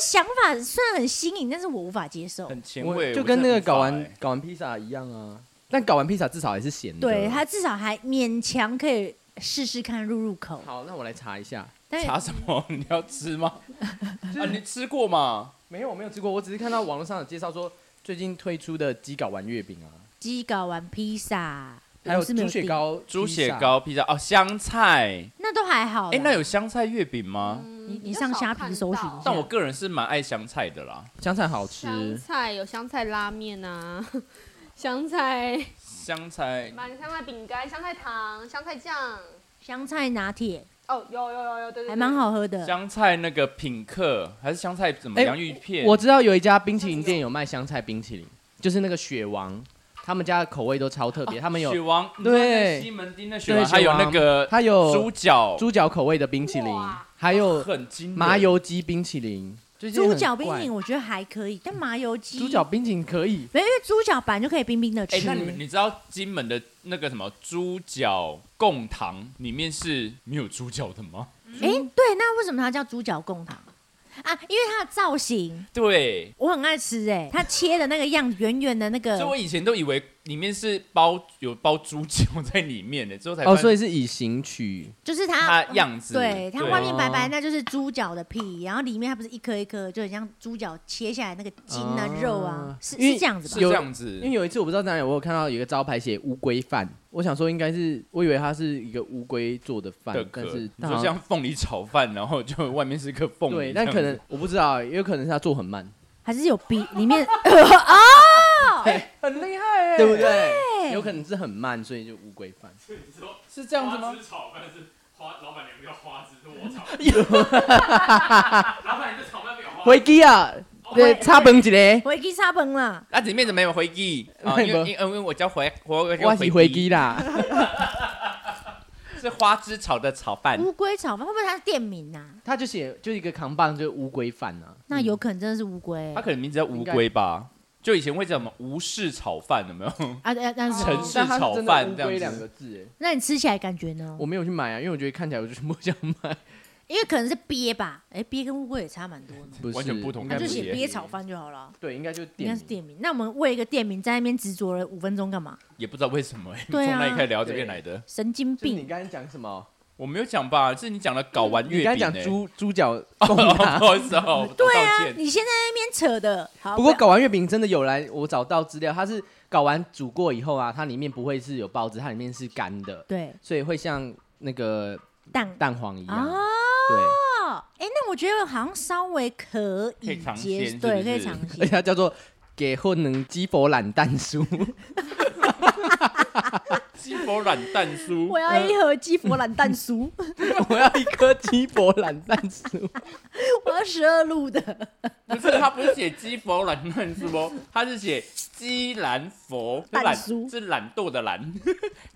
Speaker 2: 想法虽然很新颖，但是我无法接受。
Speaker 3: 很前
Speaker 4: 我
Speaker 3: 卫，
Speaker 4: 就
Speaker 3: 我
Speaker 4: 跟
Speaker 3: 真
Speaker 4: 那
Speaker 3: 的
Speaker 4: 个
Speaker 3: 无法
Speaker 4: 睾丸
Speaker 3: 欸
Speaker 4: 睾丸披萨一样啊，但睾丸披萨至少还是咸的。
Speaker 2: 对，它至少还勉强可以试试看入入口，
Speaker 4: 好，那我来查一下。
Speaker 2: 但
Speaker 3: 查什么？你要吃
Speaker 4: (laughs)
Speaker 3: 吗？啊，你吃过吗？
Speaker 4: 没有，我没有吃过，我只是看到网络上有介绍说最近推出的鸡睾丸月饼啊，
Speaker 2: 鸡睾丸披萨
Speaker 4: 还有
Speaker 2: 我是没
Speaker 4: 猪
Speaker 2: 有
Speaker 4: 血
Speaker 2: 订，
Speaker 4: 糕、
Speaker 3: 猪血、糕披萨哦，香菜。
Speaker 2: 那都还好啦。
Speaker 3: 哎、那有香菜月饼吗？
Speaker 4: 嗯
Speaker 1: 嗯
Speaker 2: 你你上虾皮搜寻一下
Speaker 3: 但我个人是蛮爱香菜的啦，
Speaker 4: 香菜好吃。
Speaker 1: 香菜有香菜拉面啊， (laughs) 香菜
Speaker 3: 香菜
Speaker 1: (laughs) 买香菜饼干、香菜糖、香菜酱。
Speaker 2: 香菜拿铁
Speaker 1: 哦，有有有有，对对，
Speaker 2: 还蛮。好喝的，
Speaker 3: 香菜那个品客还是香菜怎么
Speaker 4: 嗯哎
Speaker 3: 洋芋片？
Speaker 4: 我知道有一家冰淇淋店有卖香菜冰淇淋，就是那个雪王，他们家的口味都超特别，他们
Speaker 3: 哦雪
Speaker 4: 有
Speaker 3: 王，你
Speaker 4: 对
Speaker 3: 知道那西门町的雪王，
Speaker 4: 对
Speaker 3: 还有
Speaker 4: 雪王
Speaker 3: 那个
Speaker 4: 它有
Speaker 3: 猪脚，
Speaker 4: 猪脚口味的冰淇淋
Speaker 1: 哇，
Speaker 4: 还有
Speaker 3: 很惊人
Speaker 4: 麻油鸡冰淇淋，就是
Speaker 2: 猪
Speaker 4: 很
Speaker 2: 脚冰淇
Speaker 4: 怪
Speaker 2: 淋我觉得还可以，但麻油鸡
Speaker 4: 猪脚冰淇淋可以，
Speaker 2: 没有，因为猪脚板就可以冰冰的
Speaker 3: 哎、
Speaker 2: 吃。
Speaker 3: 那你们你知道金门的那个什么猪脚贡糖里面是没有猪脚的吗？
Speaker 2: 哎、对，那为什么它叫猪脚贡糖啊？因为它的造型
Speaker 3: 对，
Speaker 2: 我很爱吃、哎，它切的那个样，圆圆的那
Speaker 4: 呃
Speaker 3: 所以我
Speaker 2: 个，
Speaker 3: 以前都以为里面是包有包猪脚在里面的，之后才
Speaker 4: 哦，
Speaker 3: 发现
Speaker 4: 所以是以形取，
Speaker 2: 就是
Speaker 3: 它
Speaker 2: 它
Speaker 3: 样子
Speaker 2: 对，它
Speaker 3: 对
Speaker 2: 外面白白，
Speaker 4: 哦
Speaker 2: 那就是猪脚的屁，然后里面它不是一颗一颗，就很像猪脚切下来那个筋啊、
Speaker 4: 哦
Speaker 2: 肉啊，是
Speaker 4: 因
Speaker 2: 是
Speaker 4: 为
Speaker 2: 这样子
Speaker 3: 是
Speaker 2: 吧？
Speaker 3: 这样子
Speaker 4: 因为。有一次我不知道在哪里，我有看到有一个招牌写乌龟饭，我想说应该是，我以为它是一个乌龟做的
Speaker 3: 的
Speaker 4: 饭，
Speaker 3: 壳，
Speaker 4: 但是
Speaker 3: 你
Speaker 4: 它
Speaker 3: 说
Speaker 4: 好
Speaker 3: 像凤梨炒饭，然后就外面是一个凤梨这
Speaker 4: 对，
Speaker 3: 样子，
Speaker 4: 但可能我不知道，也有可能是它做很慢，
Speaker 2: 还是有鼻里
Speaker 4: (laughs)
Speaker 2: 面
Speaker 4: 很厉害、对不对？
Speaker 2: 对
Speaker 4: 有可能是很慢，所以就乌龟饭
Speaker 3: 是这样子吗？
Speaker 5: 炒饭是花，老板娘叫花枝，是我炒。
Speaker 4: 有
Speaker 5: (laughs) 老板娘的炒饭没有花枝。
Speaker 4: 回机啊，
Speaker 2: 哦
Speaker 4: 对，插本一个，
Speaker 2: 回鸡沙崩
Speaker 4: (laughs)
Speaker 2: 啦，
Speaker 3: 啊那里面怎么有回忆啊？因为因为因为我叫回我
Speaker 4: 我是回机
Speaker 3: 忆
Speaker 4: 啦，
Speaker 3: 是花枝炒的炒饭，
Speaker 4: 嗯
Speaker 2: 乌龟炒饭会不会它是店名啊？
Speaker 4: 他就写就一个扛棒就是乌龟饭啊，
Speaker 2: 那有可能真的是乌龟、
Speaker 3: 它可能名字叫乌龟吧？就以前会叫什么吴氏炒饭，有没有？ (laughs)
Speaker 2: 啊，那那是什
Speaker 3: 城
Speaker 2: 么
Speaker 3: 市？
Speaker 4: 但它是真的
Speaker 3: 炒饭
Speaker 4: 乌
Speaker 3: 这样
Speaker 4: 龟
Speaker 3: 子
Speaker 4: 两个字哎，
Speaker 2: 那你吃起来感觉呢
Speaker 4: 我？没有去买啊，因为我觉得看起来我就是不想买，
Speaker 2: 因为可能是鳖吧，哎、鳖跟乌龟也差蛮多呢。
Speaker 4: 不是
Speaker 3: 完全不同
Speaker 4: 应
Speaker 2: 那
Speaker 4: 该
Speaker 3: 感
Speaker 2: 就
Speaker 4: 不
Speaker 2: 是写
Speaker 3: 也
Speaker 2: 鳖炒饭就好了，
Speaker 4: 对，应该就是
Speaker 2: 应
Speaker 4: 店
Speaker 2: 该
Speaker 4: 名
Speaker 2: 是店名。那我们为一个店名在那边执着了五分钟干嘛？
Speaker 3: 也不知道为什么欸
Speaker 2: 对啊
Speaker 3: 从哪里开始聊这边来的？
Speaker 2: 神经
Speaker 4: 就是你
Speaker 2: 病！
Speaker 4: 刚才讲什么？
Speaker 3: 我没有讲吧？是你讲了搞完月
Speaker 4: 你
Speaker 3: 饼欸，
Speaker 4: 刚才讲猪啊猪脚
Speaker 3: (laughs) 哦，
Speaker 4: 贡
Speaker 3: 不
Speaker 4: 糖，
Speaker 3: 好意思哦，我道
Speaker 2: 对啊，
Speaker 3: 歉。
Speaker 2: 你现在在那边扯的。好，
Speaker 4: 不过
Speaker 2: 要
Speaker 4: 睾丸月饼真的有来，我找到资料，它是睾丸煮过以后啊，它里面不会是有孢子，它里面是干的，
Speaker 2: 对
Speaker 4: 所以会像那个
Speaker 2: 蛋
Speaker 4: 蛋黄一样。
Speaker 1: 啊
Speaker 2: 哦，哎、那我觉得好像稍微可
Speaker 3: 可
Speaker 2: 以
Speaker 3: 以尝
Speaker 2: 接
Speaker 3: 鲜是
Speaker 2: 受，
Speaker 3: 不
Speaker 2: 对，
Speaker 3: 是
Speaker 2: 可以尝
Speaker 4: 对，而且
Speaker 2: 鲜。
Speaker 4: 它叫做给混能鸡佛懒蛋酥， (laughs)
Speaker 3: 鸡佛软蛋
Speaker 2: (laughs)
Speaker 3: 酥嗯
Speaker 2: 我，要一盒鸡佛兰蛋酥，
Speaker 4: 我要一颗鸡佛懒蛋酥。
Speaker 2: 我要十二路的。
Speaker 3: 不是他不是写鸡佛软蛋酥哦， (laughs) 他是写鸡兰佛
Speaker 2: 蛋
Speaker 3: 懒
Speaker 2: 酥
Speaker 3: 是懒惰的懒。啊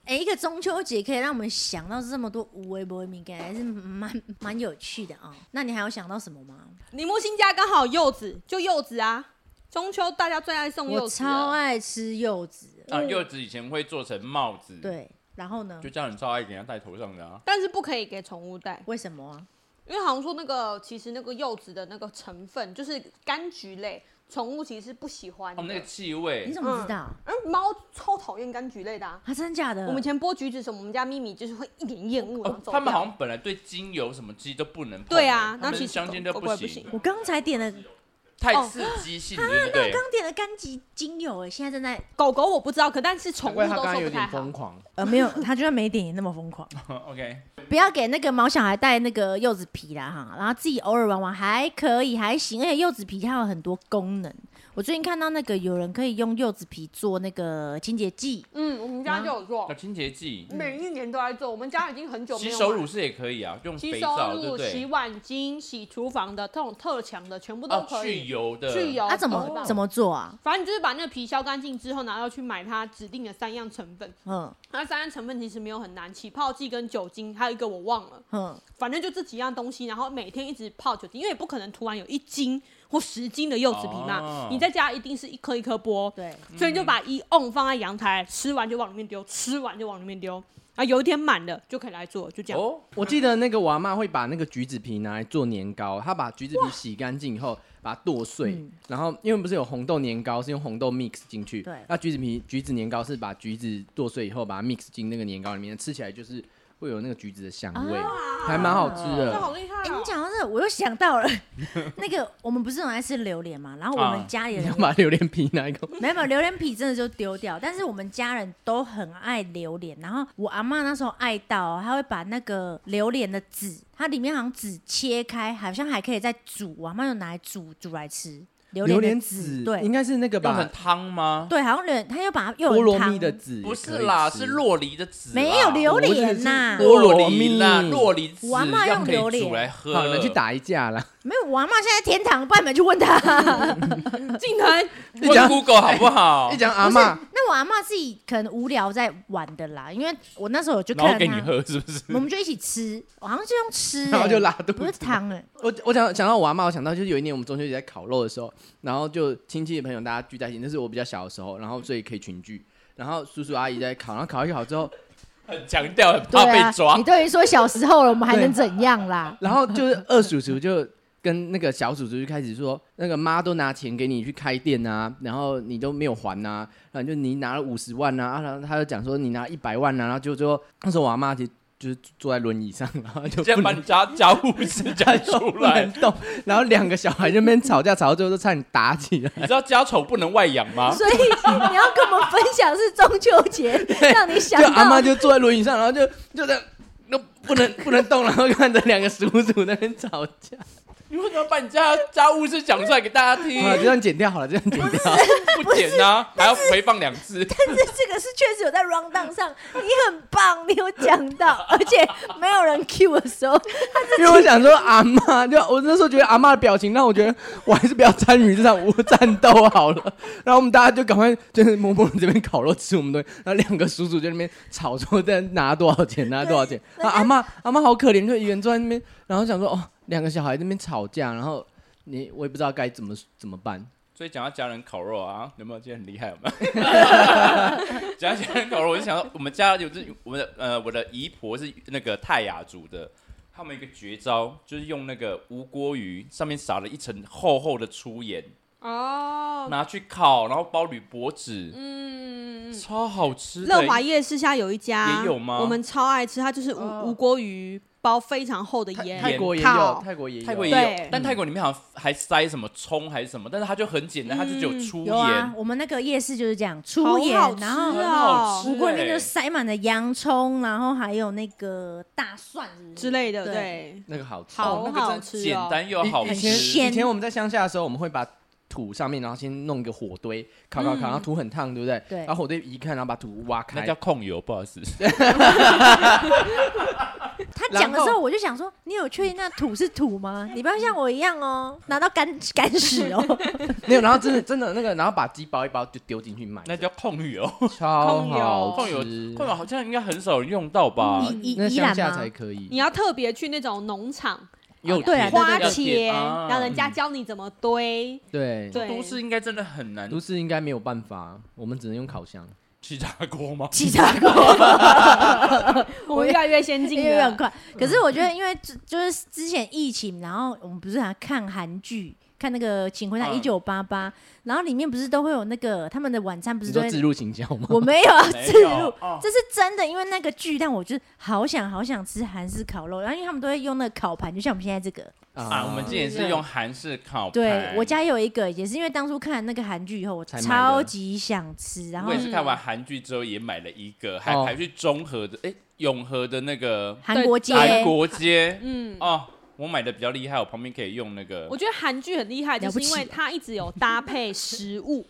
Speaker 2: 哎、一个中秋节可以让我们想到这么多无微不微敏感，还是蛮蛮有趣的啊、那你还有想到什么吗？
Speaker 1: 铃木新家刚好柚子，就柚子啊。中秋大家最爱送柚
Speaker 2: 我
Speaker 1: 子啊了，
Speaker 2: 超爱吃柚子，
Speaker 3: 啊，柚子以前会做成帽子，，
Speaker 2: 对，然后呢
Speaker 3: 就？叫你超爱给人家戴头上的啊。
Speaker 1: 但是不可以给宠物戴，
Speaker 2: 为什么啊？
Speaker 1: 因为好像说那个其实那个柚子的那个成分就是柑橘类，宠物其实是不喜欢的。
Speaker 3: 哦，那个气味
Speaker 2: 你，怎么知道？
Speaker 1: 嗯，猫超讨厌柑橘类的、啊。
Speaker 2: 啊，真的假的？
Speaker 1: 我们以前剥橘子什么，我们家咪咪就是会一脸厌恶，然后
Speaker 3: 哦
Speaker 1: 走掉。
Speaker 3: 他们好像本来对精油什么鸡都不能碰，
Speaker 1: 对啊
Speaker 3: 他
Speaker 1: 那
Speaker 3: 们
Speaker 1: 其实
Speaker 3: 相亲都
Speaker 1: 狗狗也不
Speaker 3: 行
Speaker 1: 行，
Speaker 2: 我刚才点的，
Speaker 3: 太
Speaker 1: 哦
Speaker 3: 刺激性，对不对？ (laughs)
Speaker 2: 刚点的柑橘精油，哎，现在正在
Speaker 1: 狗狗我不知道，可但是宠物
Speaker 4: 难怪他
Speaker 1: 都
Speaker 4: 刚刚
Speaker 1: 说
Speaker 4: 有
Speaker 1: 不太
Speaker 4: 点
Speaker 1: (laughs) 好
Speaker 4: 疯。狂，
Speaker 2: 呃没有，他就算没点也那么疯狂。
Speaker 3: 哦 OK，
Speaker 2: 不要给那个毛小孩带那个柚子皮啦哈，然后自己偶尔玩玩还可以还行，而且柚子皮它有很多功能。我最近看到那个有人可以用柚子皮做那个清洁剂，
Speaker 1: 嗯，我们家就有做
Speaker 3: 那，清洁剂、
Speaker 1: 每一年都在做。我们家已经很久没嗯
Speaker 3: 洗
Speaker 1: 有
Speaker 3: 手
Speaker 1: 买
Speaker 3: 乳是也可以啊，用
Speaker 1: 洗
Speaker 3: 肥
Speaker 1: 手
Speaker 3: 皂，对
Speaker 1: 乳、
Speaker 3: 不
Speaker 1: 洗
Speaker 3: 对？
Speaker 1: 碗巾、洗厨房的这种特强的，全部都
Speaker 3: 哦，
Speaker 1: 可
Speaker 3: 去
Speaker 1: 以。
Speaker 3: 油的，
Speaker 1: 去油
Speaker 2: 啊它、怎么、
Speaker 1: 哦
Speaker 2: 怎么做啊？
Speaker 1: 反正你就是把那个皮削干净之后，然后去买它指定的三样成分。
Speaker 2: 嗯
Speaker 1: 那三样成分其实没有很难，起泡剂跟酒精，还有一个我忘了，
Speaker 2: 嗯，
Speaker 1: 反正就这几样东西，然后每天一直泡酒精，因为也不可能突然有一斤或十斤的柚子皮嘛，
Speaker 3: 哦
Speaker 1: 你在家一定是一颗一颗剥，
Speaker 2: 对，
Speaker 1: 所以你就把一瓮放在阳台，吃完就往里面丢，吃完就往里面丢，啊，有一天满了就可以来做，就这样。
Speaker 3: 哦，
Speaker 4: 我记得那个我阿妈会把那个橘子皮拿来做年糕，她把橘子皮洗干净以后，把它剁碎，
Speaker 2: 嗯
Speaker 4: 然后因为不是有红豆年糕是用红豆 mix 进去，
Speaker 2: 对
Speaker 4: 那橘子皮橘子年糕是把橘子剁碎以后，把它 mix 进那个年糕里面，吃起来就是会有那个橘子的香味，
Speaker 2: 啊
Speaker 4: 还蛮好吃
Speaker 1: 这
Speaker 4: 的。
Speaker 1: 好厉害、
Speaker 2: 哎、
Speaker 1: 哦
Speaker 2: 你！讲到这，我又想到了 (laughs) 那个我们不是很爱吃榴莲嘛，然后我
Speaker 3: 啊
Speaker 2: 们家里
Speaker 4: 你
Speaker 2: 人
Speaker 4: 要把榴莲皮拿一个，
Speaker 2: (laughs) 没有没有，榴莲皮真的就丢掉，但是我们家人都很爱榴莲。然后我阿妈那时候爱到哦、她会把那个榴莲的籽，它里面好像籽切开，好像还可以再煮。我阿妈就拿来煮煮来吃
Speaker 4: (laughs)
Speaker 2: 榴
Speaker 4: 榴
Speaker 2: 莲
Speaker 4: 莲
Speaker 2: 的籽，
Speaker 4: 籽，
Speaker 2: 对
Speaker 4: 应该是那个
Speaker 3: 用成
Speaker 4: 吧，
Speaker 3: 汤吗？
Speaker 2: 对，好像榴莲，她又把它又
Speaker 4: 菠
Speaker 2: 有
Speaker 4: 萝
Speaker 2: 汤
Speaker 4: 蜜的籽也可
Speaker 3: 不
Speaker 4: 以吃，
Speaker 3: 是啦，是洛梨的籽啊啦，
Speaker 2: 没有榴
Speaker 4: 不是
Speaker 2: 莲
Speaker 4: 是
Speaker 2: 呐、
Speaker 4: 菠
Speaker 3: 洛
Speaker 4: 萝
Speaker 3: 梨
Speaker 4: 蜜
Speaker 3: 啦，洛梨籽
Speaker 2: 我阿嬷
Speaker 3: 要
Speaker 2: 用
Speaker 3: 可以
Speaker 2: 榴莲
Speaker 3: 煮来喝，
Speaker 4: 好，你们去打一架啦。
Speaker 2: 没有，我阿妈现在天堂，不然你们去问她。
Speaker 1: 静藤，
Speaker 4: 一
Speaker 3: 问
Speaker 4: 讲
Speaker 3: Google 好不好
Speaker 4: (laughs) 一？讲阿
Speaker 2: 不是
Speaker 4: 妈，，
Speaker 2: 那我阿妈自己可能无聊在玩的啦，因为我那时候我就
Speaker 3: 然
Speaker 2: 看啊
Speaker 3: 后
Speaker 2: 了
Speaker 3: 给你
Speaker 2: 她，
Speaker 3: 喝是不是？
Speaker 2: 我们就一起吃，好像就用吃、欸，
Speaker 4: 然后就拉肚
Speaker 2: 不是
Speaker 4: 子。
Speaker 2: 汤哎、
Speaker 4: 我我想想到我阿妈，我想到就是有一年我们中秋节在烤肉的时候，然后就亲戚朋友大家聚在一起，那是我比较小的时候，然后所以可以群聚。然后叔叔阿姨在烤，然后烤一烤之后，
Speaker 3: 很强调，很
Speaker 2: 对
Speaker 3: 怕被抓
Speaker 2: 啊。你。都已经说小时候了，我们还能怎样啦？
Speaker 4: 然后就是二叔叔就跟那个小叔叔就开始说，那个妈都拿钱给你去开店啊，然后你都没有还呐、然后就你拿了五十万呐、啊，然后他就讲说你拿一百万呐、啊然后就最后那时候我阿妈就就是坐在轮椅上，然后就
Speaker 3: 这样
Speaker 4: 不
Speaker 3: 把
Speaker 4: 能
Speaker 3: 你家家务事讲出
Speaker 4: (laughs) 不
Speaker 3: 来
Speaker 4: 能，动，然后两个小孩就那边吵架，吵到最后都差点打起来。
Speaker 3: 你知道家丑不能外扬吗？
Speaker 2: 所以你要跟我们分享是中秋节， (laughs) 让你想
Speaker 4: (laughs) 就阿
Speaker 2: 到
Speaker 4: 妈就坐在轮椅上，然后就就在那不能不能动，然后看着两个叔叔在那边吵架。
Speaker 3: 你为什么要把你家家务事讲出来给大
Speaker 4: (laughs)
Speaker 3: 家
Speaker 4: (laughs)
Speaker 3: 听
Speaker 4: 好？了，啊就这样剪掉好了，这样剪 (laughs) 掉。
Speaker 3: 不剪啊，还要回放两次。
Speaker 2: 但是这个是确实有在 round down 上，你很棒，你有讲到，而且没有人 cue 的时候，
Speaker 4: 因为我想说阿妈，就我那时候觉得阿妈的表情让我觉得我还是不要参与这场无战斗好了。然后我们大家就赶快就是默默地这边烤肉吃我们东西，然后两个叔叔就在那边吵说在拿多少钱拿多 (laughs) 少钱。
Speaker 2: 对
Speaker 4: 啊阿妈阿妈好可怜，就一个人坐在那边，然后想说哦两个小孩在那边吵架，然后你我也不知道该怎么怎么办。
Speaker 3: 所以讲到家人烤肉啊，有没有觉得很厉害？有没有？ (laughs) 讲到家人烤肉，我就想到我们家有这我们的呃我的姨婆是那个泰雅族的，他们有一个绝招就是用那个无锅鱼上面撒了一层厚厚的粗盐，
Speaker 1: (laughs) 哦，
Speaker 3: 拿去烤，然后包铝箔纸，
Speaker 1: 嗯，
Speaker 3: 超好吃哎的。
Speaker 1: 乐华夜市下有一家，
Speaker 3: 也有吗
Speaker 1: 我们超爱吃，它就是无、
Speaker 4: 哦
Speaker 1: 无锅鱼，包非常厚的
Speaker 4: 泰
Speaker 1: 盐，
Speaker 4: 泰国也
Speaker 1: 烤
Speaker 4: 有，泰国也有，
Speaker 3: 泰国也
Speaker 1: 对
Speaker 3: 有，但泰国里面好像还塞什么葱还是什么，但是它就很简单，它就只有
Speaker 1: 嗯
Speaker 3: 粗
Speaker 2: 有啊
Speaker 3: 盐，，
Speaker 2: 我们那个夜市就是这样，
Speaker 1: 好
Speaker 2: 粗盐
Speaker 1: 好，
Speaker 4: 啊
Speaker 1: 吃
Speaker 2: 然后
Speaker 3: 很好
Speaker 1: 哦
Speaker 3: 吃
Speaker 2: 五锅里面就
Speaker 3: 欸
Speaker 2: 塞满了洋葱，然后还有那个大蒜是不是
Speaker 1: 之类的，
Speaker 2: 对
Speaker 1: 对，
Speaker 4: 那个好吃。
Speaker 1: 好
Speaker 3: 哦那个
Speaker 1: 好
Speaker 3: 真的
Speaker 1: 吃哦
Speaker 3: 简单又好
Speaker 4: 以以
Speaker 2: 很
Speaker 3: 吃
Speaker 2: 鲜。
Speaker 4: 前以前我们在乡下的时候，我们会把土上面，然后先弄一个火堆，烤
Speaker 3: 嗯
Speaker 4: 烤烤，然后土很烫，对不对？
Speaker 2: 对
Speaker 4: 然后火堆一看，然后把土挖
Speaker 3: 那
Speaker 4: 开
Speaker 3: 叫。控油，不好
Speaker 4: (laughs)
Speaker 3: 意思。
Speaker 2: 他讲的
Speaker 4: 然
Speaker 2: 时
Speaker 4: 后
Speaker 2: 候，我就想说，你有确定那土是土吗？你不要像我一样哦，拿到干干屎哦。
Speaker 4: 没有，然后真的真的那个，然后把鸡包一包就丢进去
Speaker 3: (laughs)
Speaker 4: 卖，
Speaker 3: 那叫控油，
Speaker 4: 超
Speaker 1: 控油
Speaker 4: 好
Speaker 3: 控油，
Speaker 4: 吃。
Speaker 3: 控油好像应该很少人用到吧？
Speaker 2: 宜
Speaker 4: 那
Speaker 2: 宜
Speaker 4: 乡
Speaker 2: 兰
Speaker 4: 下
Speaker 2: 吗？
Speaker 4: 才可
Speaker 1: 你
Speaker 4: 以。
Speaker 1: 要特别去那种农场
Speaker 4: 有
Speaker 2: 对啊
Speaker 4: 田
Speaker 1: 花
Speaker 2: 要
Speaker 1: 钱，
Speaker 3: 啊
Speaker 1: 让人家教你怎么堆，
Speaker 4: 对
Speaker 1: 对，
Speaker 3: 都市应该真的很难
Speaker 4: 都市应该没有办法，我们只能用烤箱。
Speaker 3: 气炸锅吗？
Speaker 2: 气炸锅，
Speaker 1: 我们越来越先进
Speaker 2: 因为很
Speaker 4: 啊
Speaker 1: 了，
Speaker 2: 快。可是我觉得，因为就就是之前疫情，然后我们不是还看韩剧，看那个《请回答
Speaker 4: 啊
Speaker 2: 一
Speaker 3: 嗯
Speaker 2: 九八八》，然后里面不是都会有那个他们的晚餐，不
Speaker 4: 你
Speaker 2: 是都
Speaker 4: 说
Speaker 2: 会
Speaker 4: 自入行销吗？
Speaker 2: 我没有啊，
Speaker 3: 没
Speaker 2: 自
Speaker 3: 有
Speaker 2: 入
Speaker 3: 哦，
Speaker 2: 这是真的，因为那个剧让我就是好想好想吃韩式烤肉，然后因为他们都会用那个烤盘，就像我们现在这个。
Speaker 3: 啊，我们今
Speaker 4: 哦
Speaker 3: 年是用韩式烤盘，
Speaker 2: 对我家也有一个，也是因为当初看那个韩剧以后，我
Speaker 4: 才买的
Speaker 2: 超级想吃，然后
Speaker 3: 我也是看完韩剧之后也买了一个，还
Speaker 4: 嗯哦
Speaker 3: 还去中和的，哎，永和的那个
Speaker 2: 韩国街，
Speaker 3: 韩国街
Speaker 1: 嗯，
Speaker 3: 哦，我买的比较厉害，我旁边可以用那个
Speaker 1: 我觉得韩剧很厉害，就
Speaker 2: 了不
Speaker 1: 是
Speaker 2: 起
Speaker 1: 因为它一直有搭配食
Speaker 3: (laughs)
Speaker 1: 物，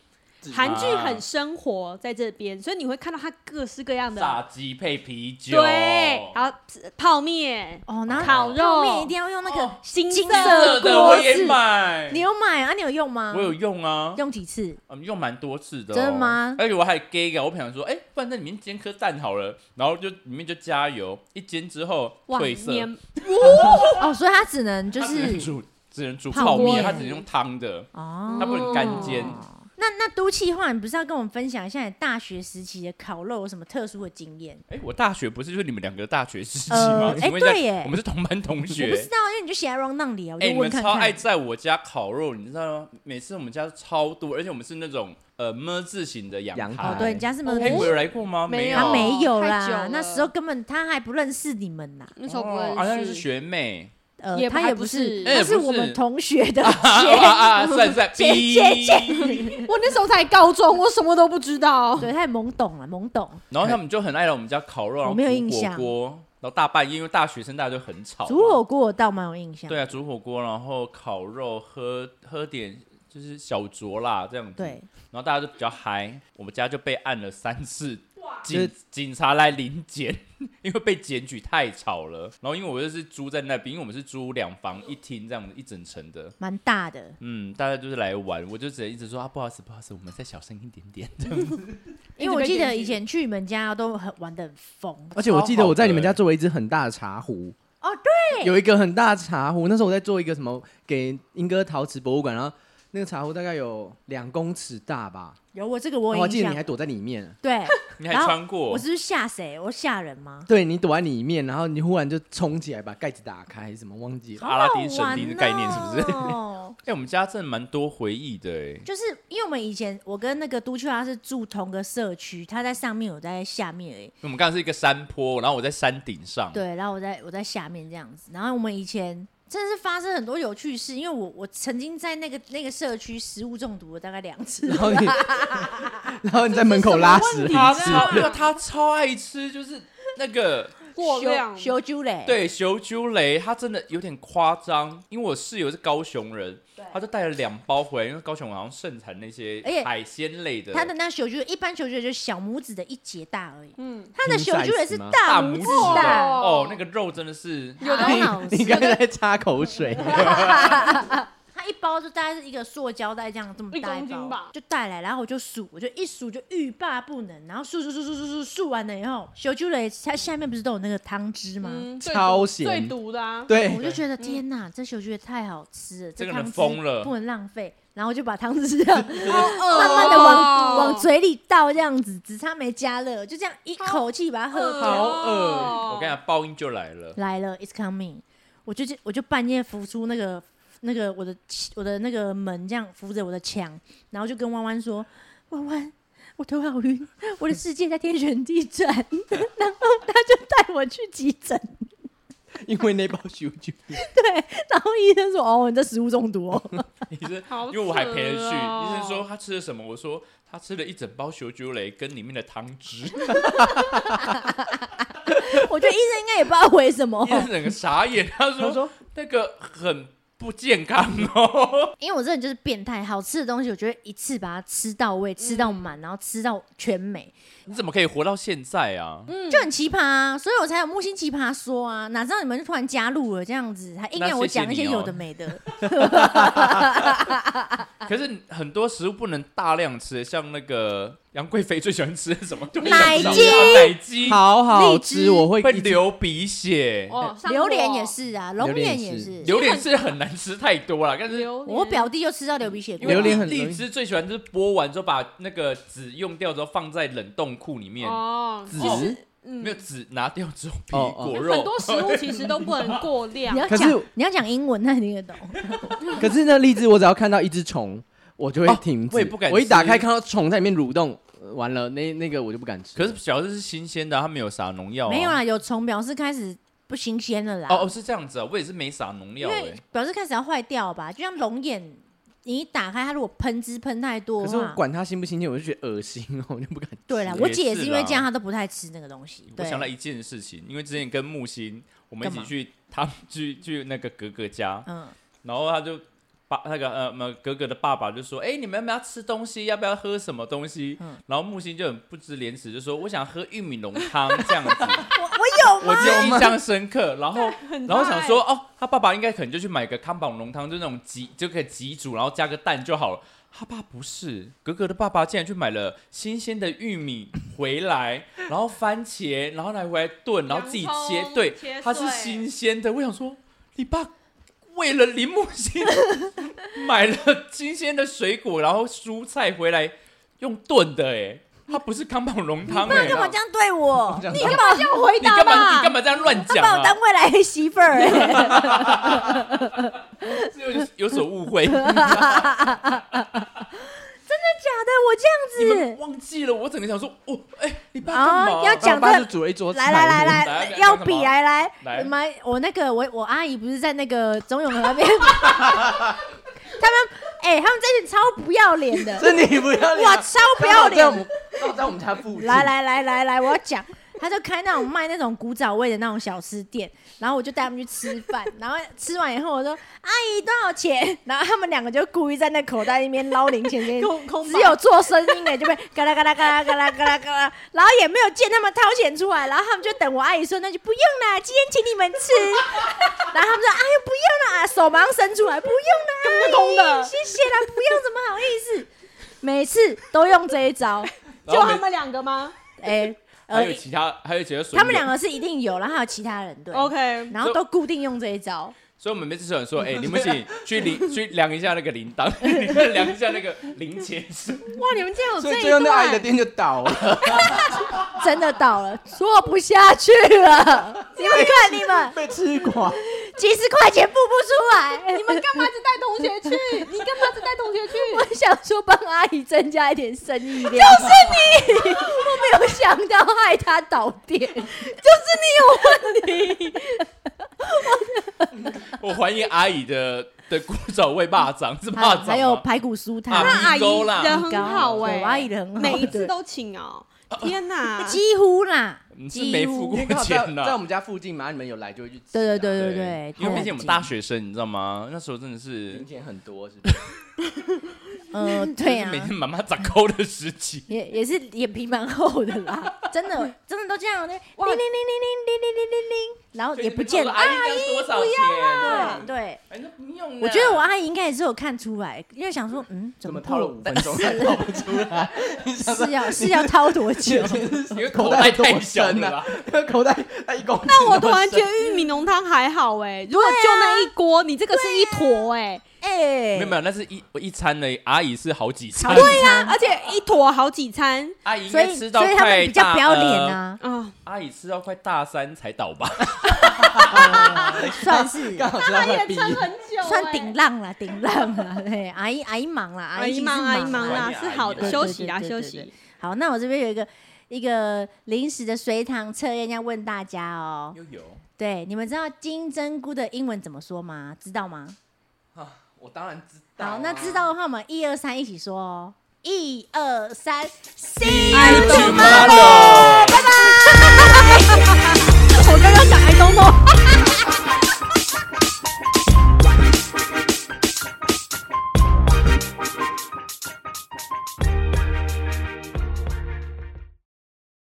Speaker 1: 韩剧很生活在这边，所以你会看到它各式各样的，
Speaker 3: 炸鸡配啤酒，
Speaker 1: 对，然后泡面、
Speaker 2: 哦，然后
Speaker 1: 烤
Speaker 2: 泡
Speaker 1: 肉、
Speaker 2: 面一定要用那个
Speaker 3: 哦
Speaker 1: 金
Speaker 2: 金
Speaker 1: 色
Speaker 2: 色
Speaker 3: 热的我也买，
Speaker 2: 你有买啊？你有用吗？
Speaker 3: 我有用啊，
Speaker 2: 用几次？
Speaker 3: 嗯，用蛮多次的、哦，
Speaker 2: 真的吗
Speaker 3: 而且我还 gay 个，我朋友说，哎、不然在里面煎颗蛋好了，然后就里面就加油，一煎之后
Speaker 1: 哇
Speaker 3: 褪色，
Speaker 1: 黏
Speaker 2: 哦，所以它只能就
Speaker 3: 它只
Speaker 2: (laughs)
Speaker 3: 能
Speaker 2: 是
Speaker 3: 煮只能煮
Speaker 2: 泡
Speaker 3: 泡面，
Speaker 2: 面
Speaker 3: 它只能用汤的，
Speaker 2: 哦，
Speaker 3: 它不能干煎。
Speaker 2: 那那都气话，你不是要跟我们分享一下你大学时期的烤肉有什么特殊的经验？
Speaker 3: 哎、我大学不是就是你们两个的大学时期
Speaker 2: 呃
Speaker 3: (laughs) 吗？
Speaker 2: 哎
Speaker 3: 请问一下
Speaker 2: 对耶
Speaker 3: 我们是同班同
Speaker 2: 我不知
Speaker 3: 学。
Speaker 2: 道，因为你就写在 round down 里啊，我
Speaker 3: 哎、
Speaker 2: 就
Speaker 3: 你
Speaker 2: 问
Speaker 3: 们
Speaker 2: 看
Speaker 3: 超爱
Speaker 2: 看。
Speaker 3: 在我家烤肉，你知道吗？每次我们家超多，而且我们是那种呃么字形的阳
Speaker 4: 阳
Speaker 3: 台。
Speaker 4: 台
Speaker 2: 哦，对，你家是没
Speaker 3: 哎、我
Speaker 2: 有，
Speaker 3: 有来过吗？
Speaker 1: 没有
Speaker 3: 有
Speaker 2: 他没有
Speaker 1: 太久了
Speaker 2: 啦，那时候根本他还不认识你们呐。
Speaker 1: 那时候不
Speaker 3: 哦好像
Speaker 1: 认
Speaker 3: 是
Speaker 1: 识，
Speaker 3: 学妹。
Speaker 2: 呃，
Speaker 1: 也
Speaker 2: 他
Speaker 1: 还
Speaker 2: 也
Speaker 1: 不
Speaker 2: 不
Speaker 1: 是
Speaker 2: 是，
Speaker 3: 哎
Speaker 2: 他是哦
Speaker 3: 不
Speaker 2: 我
Speaker 3: 是
Speaker 2: 们同学的
Speaker 3: 啊
Speaker 2: 姐。
Speaker 3: 啊啊！算算，
Speaker 2: 姐姐
Speaker 1: (laughs)
Speaker 3: 哔。
Speaker 1: 我那时候才高中，我什么都不知道。
Speaker 2: 对，太懵懂了，懵懂。
Speaker 3: 然后他们就很爱来我们家烤肉，然后
Speaker 2: 我没有
Speaker 3: 煮
Speaker 2: 印象
Speaker 3: 火锅，然后大半夜，因为大学生大家就很吵嘛，
Speaker 2: 煮火锅我倒蛮有印象。
Speaker 3: 对啊，煮火锅，然后烤肉，喝喝点就是小酌啦这样
Speaker 2: (laughs)
Speaker 3: 子，
Speaker 2: 对，
Speaker 3: 然后大家就比较嗨，我们家就被按了三次。
Speaker 4: 就
Speaker 3: 警
Speaker 4: 是
Speaker 3: 警察来临检，因为被检举太吵了。然后因为我就是租在那边，因为我们是租两房一厅这样子一整层的，
Speaker 2: 蛮大的。
Speaker 3: 嗯，大家就是来玩，我就只能一直说啊，不好意思，不好意思，我们再小声一点点。
Speaker 2: 因为我记得以前去你们家都很玩的很疯，
Speaker 4: 而且我记得我在你们家
Speaker 3: 超
Speaker 4: 做
Speaker 3: 好的欸
Speaker 4: 了一只很大的茶壶。
Speaker 2: 哦，
Speaker 4: 对，有一个很大的茶壶，那时候我在做一个什么给英歌陶瓷博物馆，然后那个茶壶大概有两公尺大吧，
Speaker 2: 有我这个
Speaker 4: 我
Speaker 2: 哦我有
Speaker 4: 还
Speaker 2: 印
Speaker 4: 记得你还
Speaker 2: 象。
Speaker 4: 躲在里面，
Speaker 2: 对，
Speaker 3: 你还
Speaker 2: 然后
Speaker 3: 穿过？
Speaker 2: 我是不是吓谁？我吓人吗？
Speaker 4: 对你躲在里面，然后你忽然就冲起来把盖子打开，还是什么忘记 (laughs) 了？
Speaker 3: 阿拉丁
Speaker 2: 哦
Speaker 3: 神灯的概念是不是
Speaker 2: 是？
Speaker 3: (laughs)
Speaker 2: (laughs)
Speaker 3: 哎、我们家真的蛮多回忆的哎。
Speaker 2: 就是因为我们以前我跟那个都秋他是住同个社区，他在上面，我在下面而已。
Speaker 3: 我们刚刚是一个山坡，然后我在山顶上。，
Speaker 2: 对，然后我在我在下面这样子。然后我们以前真的是发生很多有趣事，因为我我曾经在那个那个社区食物中毒了大概两次。
Speaker 4: 然后你， (laughs) 然后你在门口拉屎，
Speaker 3: 他超，因为他超爱吃，就是那个
Speaker 1: 过量
Speaker 2: 修修嘞，，
Speaker 3: 对熊猪雷，他真的有点夸张。因为我室友是高雄人，他就带了两包回来，因为高雄好像盛产那些
Speaker 2: 而且
Speaker 3: 海鲜类的。
Speaker 2: 他的那修修一般修修就是小拇指的一节大而已，
Speaker 1: 嗯，
Speaker 2: 他的修修也是
Speaker 4: 平 size 吗
Speaker 2: 大
Speaker 3: 大
Speaker 2: 拇
Speaker 3: 拇指
Speaker 2: 指啊
Speaker 3: 的
Speaker 2: 大，
Speaker 3: 哦，那个肉真的是
Speaker 1: 有的
Speaker 2: 好好
Speaker 4: 你
Speaker 2: 吃。
Speaker 4: 刚才在擦口水，
Speaker 2: 啊他一包就大概是一个塑胶袋这样这么大
Speaker 1: 一公
Speaker 2: 包，
Speaker 1: 斤吧
Speaker 2: 就带来，然后我就数，我就一数就欲罢不能，然后数数数数数数数完了以后，修修嘞，它下面不是都有那个汤汁吗？
Speaker 1: 嗯最毒
Speaker 4: 超咸
Speaker 1: 最毒的啊！
Speaker 4: 对
Speaker 2: 我，就觉得天哪，这球觉得太好吃了，
Speaker 3: 这个
Speaker 2: 汤
Speaker 3: 人
Speaker 2: 汁
Speaker 3: 疯了
Speaker 2: 不能浪费。然后就把汤汁这样 (laughs) 慢
Speaker 1: 慢
Speaker 2: 慢的往往嘴里倒，这样子，只差没加热，就这样一口气把它
Speaker 1: 嗯
Speaker 2: 喝掉。
Speaker 4: 好恶
Speaker 1: 哦
Speaker 3: 我跟你讲，报应就
Speaker 2: (laughs)
Speaker 3: 来了。
Speaker 2: 来了，It's coming，我就我就半夜扶出那个那个我的我的那个门，这样扶着我的墙，然后就跟弯弯说：“弯弯，我头好晕，我的世界在天旋地转。”然后他就带我去急诊，
Speaker 4: 因为那包酒酒，
Speaker 2: 然后医生说：“哦，你这食物中毒哦。”
Speaker 3: 医生
Speaker 1: 好，
Speaker 3: 因为我还陪
Speaker 1: 扯
Speaker 3: 着去，
Speaker 1: 哦
Speaker 3: 医生说他吃了什么，我说他吃了一整包熊猪雷跟里面的汤汁，
Speaker 2: 我觉得医生应该也不知道为 (laughs) 什么 (laughs)
Speaker 3: 医，生整个傻眼，他
Speaker 4: 他
Speaker 3: 说
Speaker 4: 说
Speaker 3: 那个很不健康哦， (laughs)
Speaker 2: 因为我这人就是变态，好吃的东西我觉得一次把它吃到位，吃到满，然后吃到全美，
Speaker 3: 你怎么可以活到现在啊？
Speaker 2: 就很奇葩啊，所以我才有木星奇葩说啊，哪知道你们就突然加入了这样子，还硬要我讲一些有的没的，
Speaker 3: 可是很多食物不能大量吃，欸像那个杨贵妃最喜欢吃的什么东西
Speaker 2: 奶
Speaker 3: 啊
Speaker 2: 鸡
Speaker 3: 奶鸡
Speaker 4: 好好
Speaker 2: 荔枝
Speaker 4: 吃，我会
Speaker 3: 会
Speaker 4: 一直
Speaker 3: 流鼻血，
Speaker 1: 哦，上
Speaker 2: 榴莲
Speaker 1: 火
Speaker 2: 也，是啊，龙眼也是，
Speaker 3: 榴莲是很难吃太多了，但是
Speaker 1: 榴莲
Speaker 2: 我表弟就吃到流鼻血
Speaker 3: 因
Speaker 2: 过
Speaker 3: 为
Speaker 4: 榴莲很容易
Speaker 3: 荔枝最喜欢就是剥完之后把那个籽用掉之后放在冷冻库里面。
Speaker 1: 哦，
Speaker 4: 籽
Speaker 1: 嗯
Speaker 3: 没有只拿掉只有皮
Speaker 4: 哦哦
Speaker 3: 果
Speaker 1: 很
Speaker 3: 肉，
Speaker 1: 多食物其实都不能过量
Speaker 2: 你要
Speaker 4: 可是
Speaker 2: 讲你要讲英文，那你听得懂。
Speaker 4: (laughs) 可是那荔枝，我只要看到一只虫，我就会
Speaker 3: 哦
Speaker 4: 停止。
Speaker 3: 我也不敢
Speaker 4: 我一打开
Speaker 3: 吃
Speaker 4: 看到虫在里面蠕动，呃完了那那个我就不敢吃。
Speaker 3: 可是小日是新鲜的啊，它没有撒农药、啊，
Speaker 2: 没有啦，有虫表示开始不新鲜了啦。
Speaker 3: 哦哦，是这样子啊，我也是没撒农
Speaker 2: 因
Speaker 3: 药哎、
Speaker 2: 为表示开始要坏掉吧，就像龙眼，你一打开它，如果喷汁喷太多
Speaker 4: 可
Speaker 2: 的
Speaker 4: 是我
Speaker 2: 话，
Speaker 4: 管它新不新鲜，我就觉得恶心哦，我就不敢吃。
Speaker 2: 对啦，
Speaker 3: 也
Speaker 2: 我姐也是
Speaker 3: 是
Speaker 2: 因为
Speaker 3: 啦
Speaker 2: 这样，她都不太吃那个东西。
Speaker 3: 我
Speaker 2: 对，
Speaker 3: 想到一件事情，因为之前跟木星我们一
Speaker 2: 干
Speaker 3: 起
Speaker 2: 嘛
Speaker 3: 去他们去去那个格格家，
Speaker 2: 嗯，
Speaker 3: 然后他就爸那个呃么格格的爸爸就说：“哎、你们要不要吃东西？要不要喝什么东西？”
Speaker 2: 嗯
Speaker 3: 然后木星就很不知廉耻，就说：“我想喝玉米浓汤
Speaker 1: (laughs)
Speaker 3: 这样子。”
Speaker 2: 我有
Speaker 3: 我
Speaker 2: 吗？
Speaker 3: 记得印象深刻，然后
Speaker 1: 很
Speaker 3: 然后
Speaker 1: 大
Speaker 3: 想
Speaker 1: 欸
Speaker 3: 说哦，他爸爸应该可能就去买个康宝浓汤，就那种急就可以急煮，然后加个蛋就好了。他爸不是，格格的爸爸竟然去买了新鲜的玉米回
Speaker 1: (laughs)
Speaker 3: 来，然后番茄，然后来回来炖，然后自己
Speaker 1: 洋
Speaker 3: 切，
Speaker 1: 葱
Speaker 3: 对
Speaker 1: 切，
Speaker 3: 它是
Speaker 1: 碎
Speaker 3: 新鲜的。我想说，你爸为了林木星 (laughs) 买了新鲜的水果，然后蔬菜回来用炖的，哎，他不是康宝浓汤，哎，
Speaker 2: 干嘛这样对我？
Speaker 4: 这样
Speaker 2: 你干嘛这样回
Speaker 3: 你干嘛你干？嘛这样乱
Speaker 2: 他
Speaker 3: 讲
Speaker 2: 把
Speaker 3: 啊
Speaker 2: 我？当未来媳妇
Speaker 3: (laughs)
Speaker 2: 儿、欸，
Speaker 3: 是有有所误
Speaker 2: (laughs)
Speaker 3: 会，你
Speaker 2: 真的假的？我这样
Speaker 3: 们
Speaker 2: 子
Speaker 3: 忘记了。我整个想说，哦，哎、你爸干嘛？
Speaker 2: 啊、要讲
Speaker 4: 我爸
Speaker 2: 的
Speaker 4: 就煮了一桌
Speaker 2: 来
Speaker 4: 菜，
Speaker 2: 来来来
Speaker 3: 来来
Speaker 2: 要
Speaker 3: 干
Speaker 2: 比
Speaker 3: 嘛
Speaker 2: 来来
Speaker 3: 来
Speaker 2: 我们我那个我我阿姨不是在那个中永和那边，他
Speaker 3: (laughs)
Speaker 2: 们哎、他们这群超不要脸
Speaker 3: (laughs)
Speaker 2: 的，
Speaker 4: (laughs) 是你不要脸
Speaker 2: 哇，
Speaker 4: 啊，
Speaker 2: 超不要
Speaker 4: 刚好在我
Speaker 2: 脸！
Speaker 4: 们刚好在我们家附近。
Speaker 2: 来，来来来来，我要讲，他就开那种卖那种古早味的那种小吃店，然后我就带他们去吃饭，然后吃完以后我说阿姨多少钱？然后他们两个就故意在那口袋里面捞零钱给你，
Speaker 1: 空空
Speaker 2: 只
Speaker 1: 白
Speaker 2: 有做声音哎，就被嘎啦嘎啦嘎啦嘎啦嘎啦嘎啦，然后也没有见他们掏钱出来，然后他们就等我阿姨说那就不用啦，今天请你们吃，然后他们说哎呀不用啦，手忙伸出来不用啦，
Speaker 1: 空的
Speaker 2: 阿姨谢谢啦，不用怎么好意思，每次都用这一招，
Speaker 3: 然
Speaker 1: 就
Speaker 3: 后
Speaker 1: 他们两个吗
Speaker 2: 哎、
Speaker 3: 还
Speaker 2: 呃
Speaker 3: 有，其他，还有其他水
Speaker 2: 他们两
Speaker 3: 个，
Speaker 2: 个是一定有，然后还有其他人对
Speaker 1: ？OK，
Speaker 2: 然后都固定用这一招，
Speaker 3: 所以我们每次想说，哎、你们
Speaker 2: (laughs)
Speaker 3: 请去量去量一下那个铃铛， (laughs) 你们量一下那个零钱声。
Speaker 1: 哇，你们竟然有
Speaker 4: 所
Speaker 1: 这
Speaker 4: 以
Speaker 1: 一
Speaker 4: 最后
Speaker 1: 段，
Speaker 4: 那阿姨的店就倒了。
Speaker 2: (laughs) 真的倒了，做不下去了。 (laughs) 你们看，你们
Speaker 4: 被吃垮。
Speaker 2: 几十块钱付不出来，
Speaker 1: 你们干嘛一直带同学 (laughs) 去？你干嘛一直带同学去？
Speaker 2: 我想说帮阿姨增加一点生意量，就是你， (laughs) 我没有想到害她倒店，就是你有问题。
Speaker 3: 我怀疑阿姨的的古早味霸掌
Speaker 2: 还
Speaker 3: 是
Speaker 2: 有
Speaker 3: 霸
Speaker 2: 啊
Speaker 3: 掌吗
Speaker 2: 还有排骨酥汤，
Speaker 3: 啊
Speaker 1: 那阿姨
Speaker 3: 米糕啦
Speaker 1: 人很好哎、
Speaker 2: 对我阿姨人很好
Speaker 1: 每一次
Speaker 2: 对
Speaker 1: 都请 (laughs) 哦、天哪！
Speaker 2: 几乎啦
Speaker 3: (laughs) 嗯，是
Speaker 2: 几
Speaker 3: 没付
Speaker 2: 乎
Speaker 3: 过，
Speaker 4: 刚好在
Speaker 3: 天哪
Speaker 4: 在我们家附近嘛，你们有来就会去吃啊。
Speaker 2: 对对对对对，
Speaker 3: 因为毕
Speaker 2: 太
Speaker 3: 竟
Speaker 2: 冷
Speaker 3: 我们
Speaker 2: 静
Speaker 3: 大学生，你知道吗？那时候真的是
Speaker 4: 零，钱很多是不是？
Speaker 3: (laughs)
Speaker 2: 嗯，对呀
Speaker 3: 就是，每天妈妈长抠的时期。 (laughs)
Speaker 2: 也也是脸皮蛮厚的啦，真的真的都这样，铃铃铃铃铃铃铃铃铃铃，然后也不见了。
Speaker 3: 阿姨要多少
Speaker 2: 对
Speaker 3: 钱？
Speaker 2: 对，
Speaker 3: 哎，那不用啦。
Speaker 2: 啊我觉得我阿姨应该也是有看出来，因为想说，嗯，
Speaker 4: 怎
Speaker 2: 怎么
Speaker 4: 么
Speaker 2: (laughs)
Speaker 4: 掏了
Speaker 2: 不
Speaker 4: 五分钟还 (laughs) 掏不出来？
Speaker 2: (laughs) 是要是要掏多久？
Speaker 3: 因为
Speaker 4: 口
Speaker 3: 口
Speaker 4: 袋
Speaker 3: 袋
Speaker 4: 多
Speaker 3: 太小
Speaker 4: 深
Speaker 3: 了
Speaker 4: 啊
Speaker 3: 啦。，
Speaker 4: 那 (laughs) 口袋那一公斤
Speaker 1: 但我
Speaker 4: 那
Speaker 1: 突
Speaker 4: 么
Speaker 1: 然觉
Speaker 4: 深
Speaker 1: 得玉米浓汤还好哎、如果就那一锅，你这个是一坨哎、
Speaker 2: 哎，
Speaker 3: 没有没有，那是一我一餐嘞，阿姨是好几餐。
Speaker 2: 对呀，
Speaker 1: 而且一坨好几餐
Speaker 3: 阿姨应
Speaker 2: 所
Speaker 3: 该
Speaker 2: 以
Speaker 3: 吃到
Speaker 2: 所以他们
Speaker 3: 快
Speaker 2: 比较
Speaker 3: 大
Speaker 2: 不要脸
Speaker 3: 呃
Speaker 2: 啊，
Speaker 1: 啊，
Speaker 3: 阿姨吃到快大三才倒 (laughs) 吧？
Speaker 2: 算
Speaker 4: (laughs)
Speaker 2: 是
Speaker 4: 刚好知道
Speaker 1: 他
Speaker 4: 他的
Speaker 1: 也
Speaker 4: 毕
Speaker 1: 撑
Speaker 4: 业。
Speaker 1: 很久、欸
Speaker 2: 算顶。浪啦，顶浪啦，对，阿姨阿姨忙啦，
Speaker 1: 阿
Speaker 2: 姨
Speaker 1: 姨
Speaker 2: 是
Speaker 1: 忙，阿姨啊忙
Speaker 2: 忙
Speaker 1: 啦，是好的，
Speaker 2: 对
Speaker 1: 休息啦，
Speaker 2: 对对
Speaker 1: 休
Speaker 2: 对
Speaker 1: 息
Speaker 2: 对。好，那我这边有一个一个临时的随堂测验要问大家哦。
Speaker 3: 又有
Speaker 2: 对，你们知道金针菇的英文怎么说吗？知道吗？
Speaker 4: 我当然知道啊。
Speaker 2: 好，那知道的话，我们一二三一起说哦。一二三，See
Speaker 3: I
Speaker 2: you
Speaker 3: love you,
Speaker 2: tomorrow。